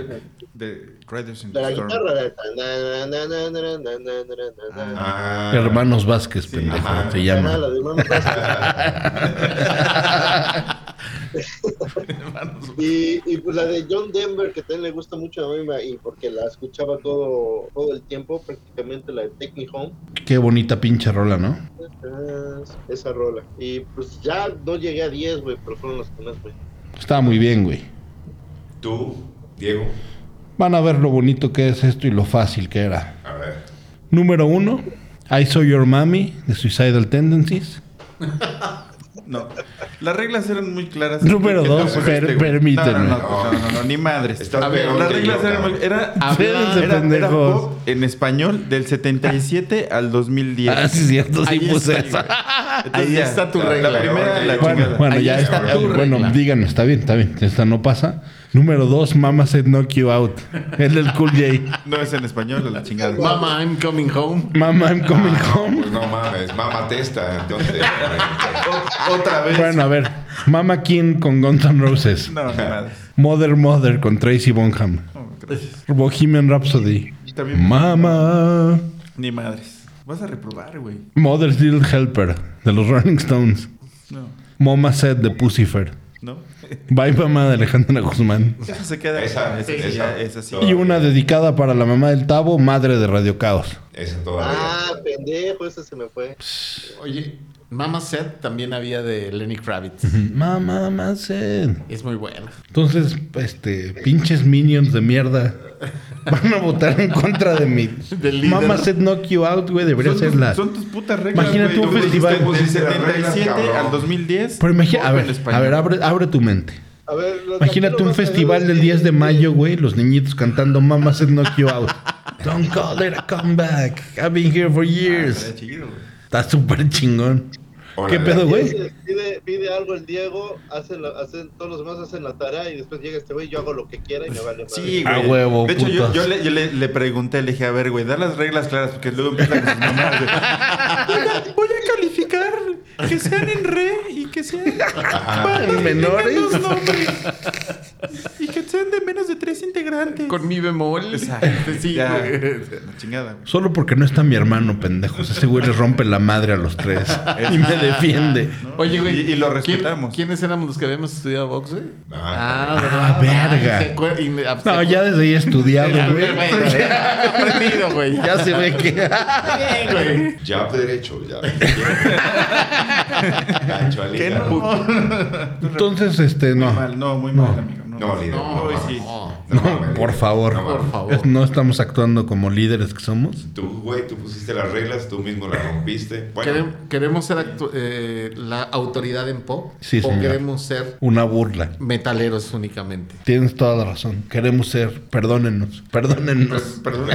S4: De Riders in
S5: de
S4: the
S5: la
S4: Storm.
S5: guitarra la de ta- na- na- na- na- na- na- na- na- na- na-
S2: Ah.
S1: Hermanos Vázquez, pendejo,
S2: ajá.
S1: se
S5: Ah, la
S1: llama.
S5: de Mamá Vázquez. y, y pues la de John Denver, que también le gusta mucho a mí, ma- y porque la escuchaba todo, todo el tiempo, prácticamente la de Take Me Home. Ah,
S1: Qué bonita pinche rola, ¿no?
S5: Esa rola. Y pues ya no llegué a 10, güey, pero fueron las primeras, güey.
S1: Estaba muy bien, güey.
S2: Tú, Diego,
S1: Van a ver lo bonito que es esto y lo fácil que era.
S2: a ver.
S1: Número uno, I Saw Your Mommy, de Suicidal Tendencies.
S4: No. Las reglas eran muy claras.
S1: Número
S4: Que no
S1: dos,
S4: fuiste,
S1: per-
S4: güey.
S1: permítanme.
S4: No no no, no, no, no, ni madres.
S2: Estás
S4: A ver,
S2: peor
S4: las
S2: que
S4: reglas
S2: yo,
S4: eran muy...
S2: cabrón.
S4: Era,
S1: Habla-
S4: era, era
S1: Ah, pendejos.
S4: pop en español del 77 al 2010.
S1: Ah, sí, cierto, sí
S4: Ahí
S1: puse
S4: está,
S1: esa.
S4: güey. Entonces,
S3: Ahí
S4: ya,
S3: está tu
S4: la-
S3: regla.
S4: La primera, la
S1: Bueno,
S4: chingada.
S1: bueno,
S3: Ahí
S1: ya
S3: está
S1: está.
S3: tu
S1: Bueno,
S3: regla.
S1: díganme, está bien, está bien. Esta no pasa. Número dos, Mama Said Knock You Out. El del Cool J.
S4: No es en español, a la chingada.
S3: Mama, I'm coming home.
S1: Mama, I'm coming home.
S2: Pues no mames, mamá testa, entonces.
S4: Otra vez.
S1: Bueno, a ver. Mama King con Guns N' Roses.
S4: No, ni madres.
S1: Mother Mother con Tracy Bonham.
S4: No, gracias.
S1: Bohemian Rhapsody.
S4: También-
S1: Mama.
S4: Ni madres. Vas a reprobar, güey.
S1: Mother's Little Helper de los Rolling Stones.
S4: No.
S1: Mama Said de Pussifer.
S4: No.
S1: Bye Mamá de Alejandra Guzmán.
S4: Esa se queda.
S2: Esa,
S4: esa,
S2: esa.
S4: sí, ya, esa sí.
S1: Y una dedicada para la mamá del Tavo, madre de Radio Caos.
S2: Esa todavía.
S5: Ah, pendejo, esa se me fue.
S3: Oye, Mama Set también había de Lenny Kravitz.
S1: Mamá, mamá Said.
S3: Es muy buena.
S1: Entonces, este, pinches minions de mierda. Van a votar en contra de mi.
S3: Del líder.
S1: Mama said knock you out, güey. Debería
S4: Son
S1: ser
S4: tus-
S1: la.
S4: son tus putas reglas.
S1: Imagínate
S4: güey. Pues,
S1: un
S4: Tú me dijiste
S1: festival.
S4: Del 77
S2: Reglas, cabrón.
S4: al 2010.
S1: Pero imagina, a
S4: pop en
S1: ver, a
S4: español. Ah,
S1: ver, abre, abre tu mente.
S5: A ver, lo-
S1: Imagínate
S5: lo
S1: un
S5: más
S1: festival
S5: cagado es
S1: del
S5: que-
S1: 10 de mayo, güey. Los niñitos cantando Mama said knock you out. Don't call it a comeback. I've been here for years.
S4: Estaría chido, güey.
S1: Está súper chingón.
S2: Hola,
S1: ¿Qué pedo, güey?
S5: Pide, pide algo el Diego, hacen la- hacen, todos los demás hacen la tarea y después llega este güey, yo hago lo que quiera y me vale madre.
S4: Sí,
S1: A
S4: güey.
S1: huevo,
S4: De hecho, yo,
S1: putos.
S4: yo le, yo le- le pregunté, le dije, a ver, güey, da las reglas claras, porque luego empiezan con sus mamás. güey. Mira, Voy a calificar que sean en re y que sean
S1: En
S4: que tengan
S1: menores.
S4: dos nombres. Y que sean de menos de tres integrantes.
S3: Con mi bemol. Este,
S4: Exacto.
S3: Sí,
S4: ya.
S3: güey.
S4: La chingada, güey.
S1: Solo porque no está mi hermano, pendejos. Ese güey le rompe la madre a los tres. Y me defiende.
S4: ¿no?
S3: Oye, güey.
S4: Y, y lo
S3: ¿quién-
S4: respetamos.
S3: ¿Quiénes éramos los que habíamos estudiado box, güey?
S2: Ah,
S1: Ah, verga.
S3: y se acuer- y me- ah,
S1: No,
S3: se-
S1: ya desde ahí
S3: Ya,
S1: estudiado,
S3: güey,
S1: güey.
S3: güey, ya aprendido, güey.
S1: Ya se ve que.
S3: Bien, güey.
S2: Ya derecho, ya. Gancho al
S4: ¿Qué
S2: hígado.
S1: Entonces, este,
S4: Muy
S1: no.
S4: mal, no, muy
S1: No.
S4: mal, amigo. No,
S2: No, líder.
S3: No,
S2: No,
S4: hoy
S2: mames.
S4: sí.
S3: no,
S2: No mames,
S1: Por
S2: líder.
S1: favor.
S2: No
S3: por
S2: mames.
S3: favor.
S1: No estamos actuando como líderes que somos.
S2: Tú, güey, tú pusiste las reglas, tú mismo las rompiste. Bueno,
S3: Quere- ¿Queremos ser actu- eh, la autoridad en pop?
S1: Sí,
S3: ¿O
S1: señor.
S3: queremos ser
S1: Una burla.
S3: metaleros únicamente?
S1: Tienes toda la razón. Queremos ser. Perdónennos. Perdónennos.
S4: Perdón,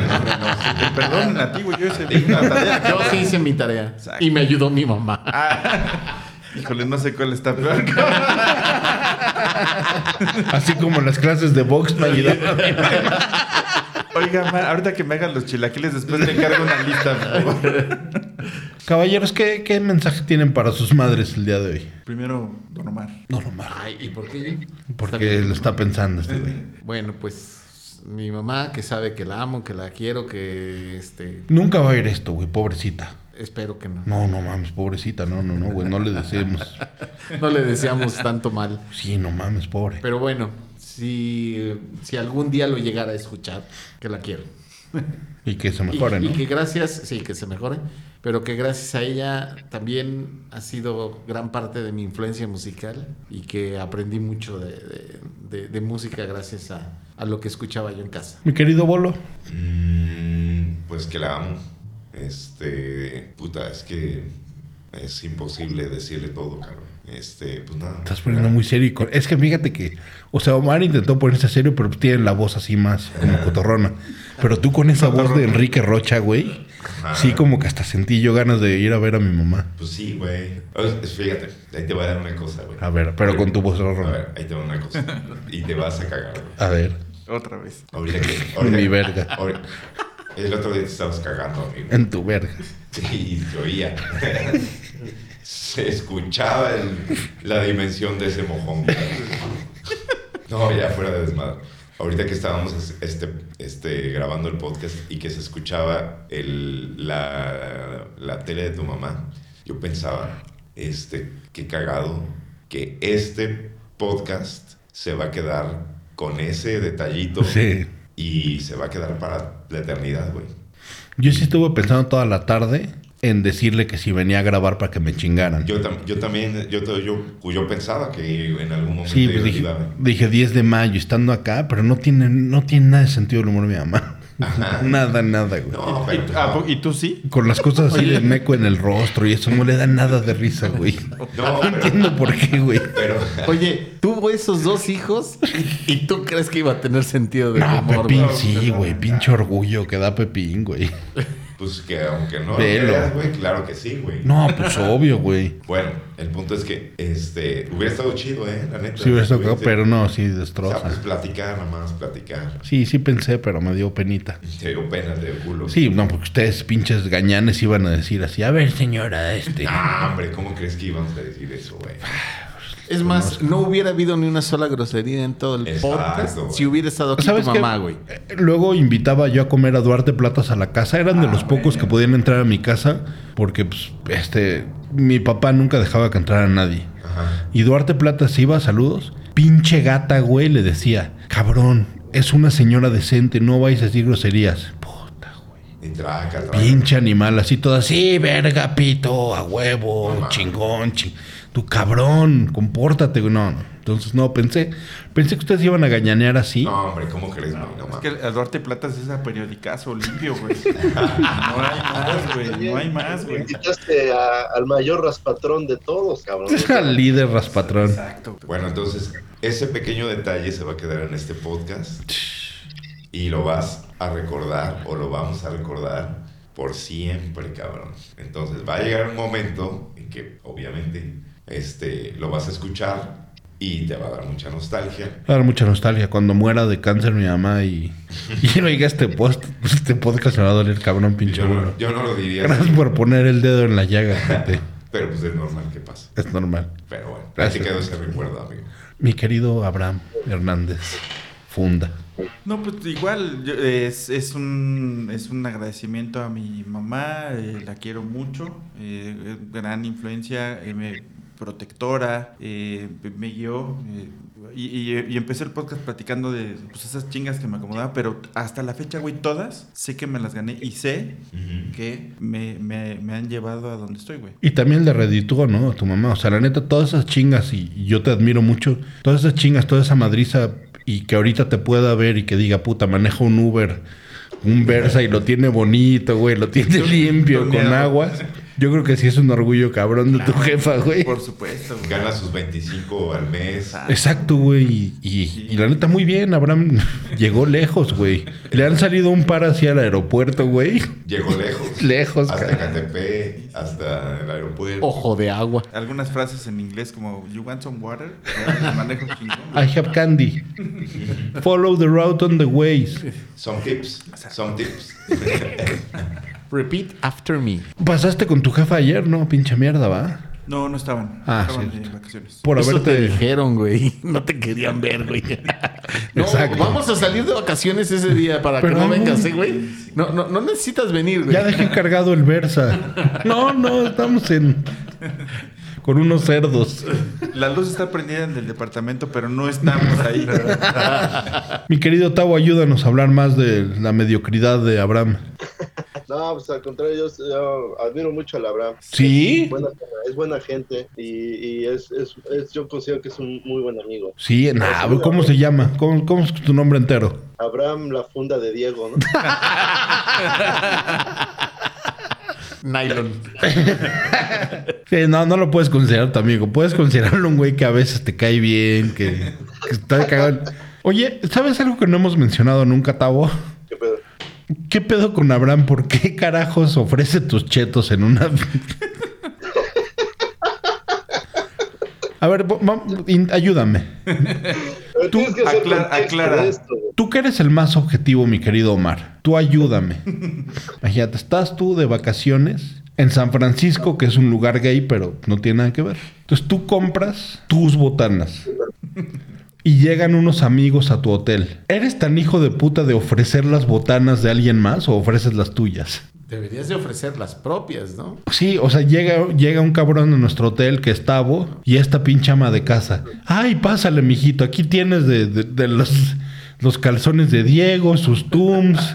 S4: perdón a ti, güey. Yo hice bien la tarea.
S3: Yo sí hice mi tarea.
S4: Exacto.
S3: Y me ayudó mi mamá.
S4: Ah. Híjole, no sé cuál está peor.
S1: Así como las clases de box me ayudaron.
S4: Oiga, ma, ahorita que me hagan los chilaquiles, después te encargo una lista, por favor.
S1: Caballeros, ¿qué, ¿qué mensaje tienen para sus madres el día de hoy?
S4: Primero, Don Omar.
S1: No, no, Mar.
S3: Ay, ¿y por qué?
S1: Porque lo está pensando este güey.
S3: Bueno, pues mi mamá que sabe que la amo, que la quiero, que este
S1: Nunca va a ir esto, güey, pobrecita.
S3: espero que no. No,
S1: No, no mames, pobrecita, no, no, no, güey, no le decimos.
S3: le deseamos tanto mal.
S1: Sí, no mames, pobre.
S3: Pero bueno, si, si algún día lo llegara a escuchar, que la quiero.
S1: Y que se
S3: Y,
S1: mejore,
S3: y
S1: ¿no?
S3: que gracias, sí, que se mejore, pero que gracias a ella también ha sido gran parte de mi influencia musical y que aprendí mucho de, de- de- de música gracias a, a lo que escuchaba yo en casa.
S1: Mi querido Bolo,
S2: Mm, pues que la amo. Este, puta, es que es imposible decirle todo, cabrón. Este, pues nada.
S1: estás poniendo muy serio. y con- Es que fíjate que, o sea, Omar intentó ponerse serio, pero tiene la voz así más como cotorrona. Pero tú con esa voz de Enrique Rocha, güey,
S2: Ah.
S1: sí como que hasta sentí yo ganas de ir a ver a mi mamá.
S2: Pues sí, güey. O sea, Fíjate, ahí te voy a dar una cosa, güey.
S1: A ver, pero con tu voz
S2: A
S1: ronca.
S2: ver, ahí te va una cosa. Y te vas a cagar, güey.
S1: A ver,
S4: Otra vez.
S2: Ahorita que.
S1: en
S2: ahorita-
S1: mi verga,
S2: ahorita- El otro día te estabas cagando, amigo.
S1: en tu verga.
S2: Sí, y se oía. Se escuchaba el- la dimensión de ese mojón. No, ya fuera de desmadre. Ahorita que estábamos es- este, este, grabando el podcast y que se escuchaba el, la, la tele de tu mamá, yo pensaba, este, qué cagado, que este podcast se va a quedar con ese detallito
S1: Sí.
S2: y se va a quedar para la eternidad, güey.
S1: Yo sí estuve pensando toda la tarde en decirle que si venía a grabar para que me chingaran.
S2: Yo, tam- yo también, yo, to- yo, yo pensaba que en algún momento
S1: Sí,
S2: iba
S1: pues
S2: a
S1: dije,
S2: ayudarme.
S1: dije 10 de mayo, estando acá, pero no tiene, no tiene nada de sentido el humor de mi mamá.
S2: Ajá.
S1: nada, nada, güey.
S2: No,
S4: ¿Y,
S2: pero
S4: tú- ah,
S2: no.
S4: po- ¿y tú sí?
S1: Con las cosas así de meco en el rostro y eso no le da nada de risa, güey.
S2: No,
S1: No
S2: pero-
S1: entiendo por qué, güey.
S2: pero
S3: Oye, tuvo esos dos hijos y, y tú crees que iba a tener sentido de
S1: No,
S3: humor,
S1: Pepín
S3: güey?
S1: sí, güey. Pinche orgullo que da Pepín, güey.
S2: pues que aunque no lo
S1: Velo.
S2: creas, güey, claro que sí, güey.
S1: No, pues obvio, güey.
S2: Bueno, el punto es que este hubiera estado chido, eh, la neta.
S1: Sí hubiera estado cagado,
S2: Hubiese-
S1: pero no, sí
S2: O sea, pues
S1: destroza.
S2: platicar, nada más platicar.
S1: Sí, sí pensé, pero me dio penita.
S2: Te dio pena de culo.
S1: Sí, no, porque ustedes pinches gañanes iban a decir así, a ver señora, este...
S2: Ah, hombre, ¿cómo crees que íbamos a decir eso, güey?
S3: Es más, no hubiera habido ni una sola grosería en todo el
S2: Exacto,
S3: podcast
S2: güey.
S3: si hubiera estado aquí tu
S1: ¿Sabes qué?
S3: mamá, güey.
S1: Eh, Luego invitaba yo a comer a Duarte Platas a la casa. Eran de los pocos que podían entrar a mi casa porque, pues, este, mi papá nunca dejaba que entrara nadie.
S2: Ajá.
S1: Y Duarte Platas iba, saludos. Pinche gata, güey, le decía, cabrón, es una señora decente, no vais a decir groserías. Puta,
S2: Y traca, traca.
S1: pinche animal, así toda, sí, verga, pito, a huevo,
S2: No mames.
S1: chingón, ching... Tu cabrón, compórtate, güey". no, no. Entonces, no, pensé, pensé que ustedes iban a gañanear así.
S2: No, hombre, ¿cómo crees, güey? No,
S4: Es
S2: mames.
S4: que el Duarte Platas es a periodicazo limpio, güey. No hay más, güey. No hay más, güey.
S5: Invitaste a- al mayor raspatrón de todos, cabrón.
S1: Es al líder raspatrón.
S4: Exacto.
S2: Bueno, entonces, ese pequeño detalle se va a quedar en este podcast. Y lo vas a recordar o lo vamos a recordar por siempre, cabrón. Entonces, va a llegar un momento en que, obviamente, este, lo vas a escuchar y te va a dar mucha nostalgia.
S1: Va a dar mucha nostalgia. Cuando muera de cáncer mi mamá y, y no diga este post, este podcast me va a doler cabrón, pinche
S2: Yo
S1: burro.
S2: no, yo no lo diría,
S1: Gracias
S2: así,
S1: por poner el dedo en la llaga, gente.
S2: pero pues es normal que pase.
S1: Es normal.
S2: Pero bueno, así
S1: Gracias.
S2: quedó ese recuerdo, amigo.
S1: Mi querido Abraham Hernández Funda.
S4: No, pues igual yo- es, es, un, es un agradecimiento a mi mamá, eh, la quiero mucho, eh, eh, gran influencia, eh, me- protectora, eh, me- me guió. eh, y, y- y empecé el podcast platicando de pues, esas chingas que me acomodaba, pero hasta la fecha, güey, todas sé que me las gané y sé
S2: Ujú.
S4: que me, me- me han llevado a donde estoy, güey.
S1: Y también le reditúa, ¿no? A tu mamá. O sea, la neta, todas esas chingas, y y yo te admiro mucho, todas esas chingas, toda esa madriza, y que ahorita te pueda ver y que diga, puta, maneja un Uber, un Versa, y lo tiene bonito, güey, lo tiene limpio, con
S4: tuneado.
S1: agua. Yo creo que sí es un orgullo cabrón de tu jefa, güey.
S4: Por supuesto, güey.
S2: Gana sus 25 al mes.
S1: Exacto, güey. Y, y- y la neta, muy bien, Abraham llegó lejos, güey. Le han salido un par hacia el aeropuerto, güey.
S2: Llegó lejos.
S1: Lejos,
S2: Hasta
S1: cara.
S2: Catepec, hasta el aeropuerto.
S3: Ojo de agua.
S4: Algunas frases en inglés como You want some water? Ya, Manejo chingón.
S1: I have candy. Follow the route on the ways.
S2: Some tips. Some tips.
S3: Repeat after me.
S1: Pasaste con tu jefa ayer, ¿no? Pinche mierda, ¿va?
S4: No, no estaban.
S1: Ah,
S4: estaban de
S1: cierto.
S4: vacaciones.
S1: Por
S3: Eso te
S1: haberte.
S3: dijeron, güey. No te querían ver, güey. No,
S1: Exacto.
S3: vamos a salir de vacaciones ese día para
S1: Pero
S3: que no
S1: aún-
S3: vengas, ¿eh, güey. No, no, no necesitas venir, güey.
S1: Ya dejé cargado el Versa. No, no, estamos en. con unos cerdos.
S4: La luz está prendida en el departamento, pero no estamos ahí.
S1: Mi querido Tavo, ayúdanos a hablar más de la mediocridad de Abraham.
S5: No, pues al contrario, yo, yo admiro mucho a Labram.
S1: ¿Sí?
S5: Es buena, es buena gente y, y es, es- es- yo considero que es un muy buen amigo.
S1: Sí, nah, ¿cómo se llama? ¿Cómo, cómo es tu nombre entero?
S5: Abraham, la funda de Diego, ¿no?
S3: Nylon.
S1: Sí, no, no lo puedes considerar tu amigo. Puedes considerarlo un güey que a veces te cae bien, que, que está cagado. Oye, ¿sabes algo que no hemos mencionado nunca, Tavo?
S5: ¿Qué pedo?
S1: ¿Qué pedo con Abraham? ¿Por qué carajos ofrece tus chetos en una... A ver, va- va- in- ayúdame.
S5: Pero
S1: Tú
S5: tienes que hacer
S4: aclara-
S5: contexto
S4: aclara.
S5: de esto, güey.
S1: Tú que eres el más objetivo, mi querido Omar. Tú ayúdame. Imagínate, estás tú de vacaciones en San Francisco, que es un lugar gay, pero no tiene nada que ver. Entonces tú compras tus botanas. Y llegan unos amigos a tu hotel. ¿Eres tan hijo de puta de ofrecer las botanas de alguien más o ofreces las tuyas?
S3: Deberías de ofrecer las propias, ¿no?
S1: Sí, o sea, llega, llega un cabrón a nuestro hotel que es Tavo y esta pinche ama de casa. Ay, pásale, mijito, aquí tienes de, de- de los, los calzones de Diego, sus Tums,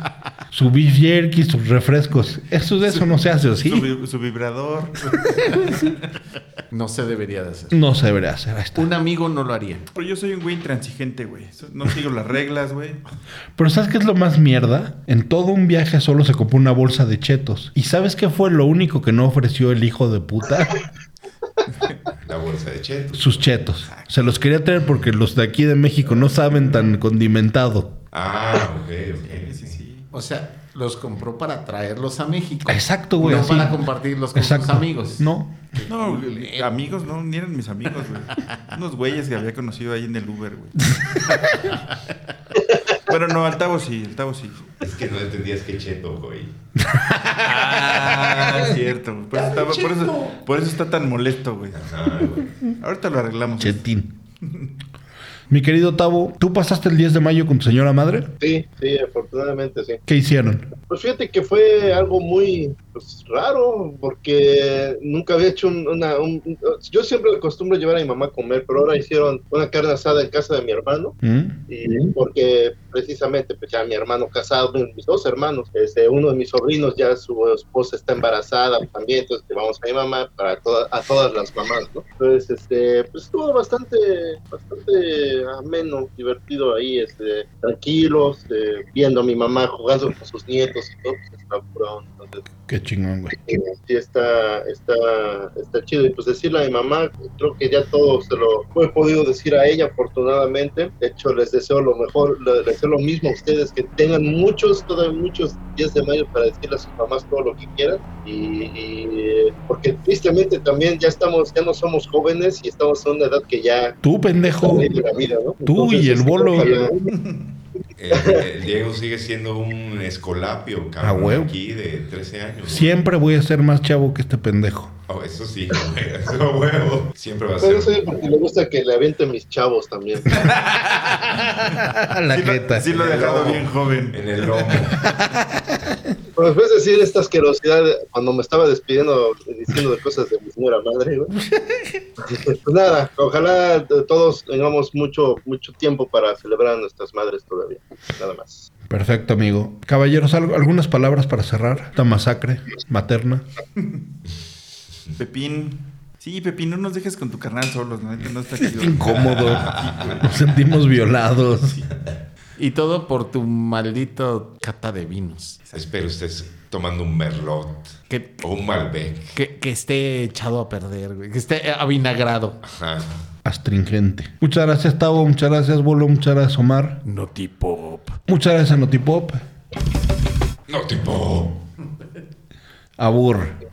S1: su beef jerky, sus refrescos. Eso de eso no se hace, ¿o
S4: Su,
S1: sí?
S4: vi- su vibrador.
S3: No se debería de hacer.
S1: No se debería hacer, ahí está.
S3: Un amigo no lo haría.
S4: Pero yo soy un güey intransigente, güey. So- No sigo las reglas, güey.
S1: Pero ¿sabes qué es lo más mierda? En todo un viaje solo se compró una bolsa de chetos. ¿Y sabes qué fue lo único que no ofreció el hijo de puta?
S2: La bolsa de chetos.
S1: Sus chetos. Se los quería traer porque los de aquí de México no saben tan condimentado.
S2: Ah, ok, ok.
S4: Sí, sí.
S3: O sea, los compró para traerlos a México.
S1: Exacto, güey,
S3: No
S1: así.
S3: para compartirlos con sus amigos.
S1: No.
S4: No, güey, amigos, no, ni eran mis amigos, güey. Unos güeyes que había conocido ahí en el Uber, güey. Pero no, al Tavo sí, al Tavo sí.
S2: Es que no entendías que cheto, güey.
S4: Ah, cierto. güey. Por eso, estaba- por, eso, por eso está tan molesto, güey.
S2: Ah, güey.
S4: Ahorita lo arreglamos.
S1: Chetín. Mi querido Tavo, ¿tú pasaste el 10 de mayo con tu señora madre?
S5: Sí, sí, afortunadamente, sí.
S1: ¿Qué hicieron?
S5: Pues fíjate que fue algo muy pues, raro, porque nunca había hecho un- una... un- un- yo siempre acostumbro llevar a mi mamá a comer, pero ahora hicieron una carne asada en casa de mi hermano,
S1: ¿Mm?
S5: y eh, porque precisamente pues, ya mi hermano casado, bueno, mis dos hermanos, este, uno de mis sobrinos ya su esposa está embarazada también, entonces llevamos a mi mamá para toda- a todas las mamás, ¿no? Entonces, este, pues estuvo bastante, bastante ameno, divertido ahí, este, tranquilos, este, viendo a mi mamá jugando con sus nietos y todo, pues, está puro, entonces,
S1: Qué chingón, güey.
S5: Sí, está, está, está chido. Y pues decirle a mi mamá, creo que ya todo se lo he podido decir a ella, afortunadamente. De hecho, les deseo lo mejor, les deseo lo mismo a ustedes, que tengan muchos, todavía muchos días de mayo para decirle a sus mamás todo lo que quieran. Y, y, porque tristemente también ya estamos, ya no somos jóvenes y estamos en una edad que ya
S1: Tú,
S5: está
S1: pendejo.
S5: horrible la vida, ¿no?
S1: Tú y el
S5: este,
S1: bolo.
S5: ojalá-
S2: El, el Diego sigue siendo un escolapio, cabrón.
S1: Ah, huevo.
S2: Aquí de 13 años.
S1: Siempre voy a ser más chavo que este pendejo.
S2: Oh, eso sí, güey, eso a huevo. Siempre va a
S5: Pero eso es
S2: ser.
S5: porque le gusta que le avienten mis chavos también.
S1: A la
S4: Sí lo,
S1: jeta.
S4: sí lo he dejado bien joven.
S2: En el lomo.
S5: Pero después de decir esta asquerosidad, cuando me estaba despidiendo, diciendo de cosas de mi señora madre, güey. Pues nada, ojalá de todos tengamos mucho, mucho tiempo para celebrar a nuestras madres todavía. Nada más.
S1: Perfecto, amigo. Caballeros, ¿algo- algunas palabras para cerrar esta masacre materna.
S4: Pepín. Sí, Pepín, no nos dejes con tu carnal solos, ¿no? No está chido.
S1: Incómodo. Nos sentimos violados.
S3: Y todo por tu maldito cata de vinos.
S2: Espero estés tomando un merlot
S3: Que,
S2: o un malbec.
S3: que- que esté echado a perder, güey. Que esté avinagrado.
S2: Ajá.
S1: Astringente. Muchas gracias, Tavo. Muchas gracias, Bolo. Muchas gracias, Omar.
S3: No tipo.
S1: Muchas gracias a Notipop.
S2: No, tipo.
S1: Abur.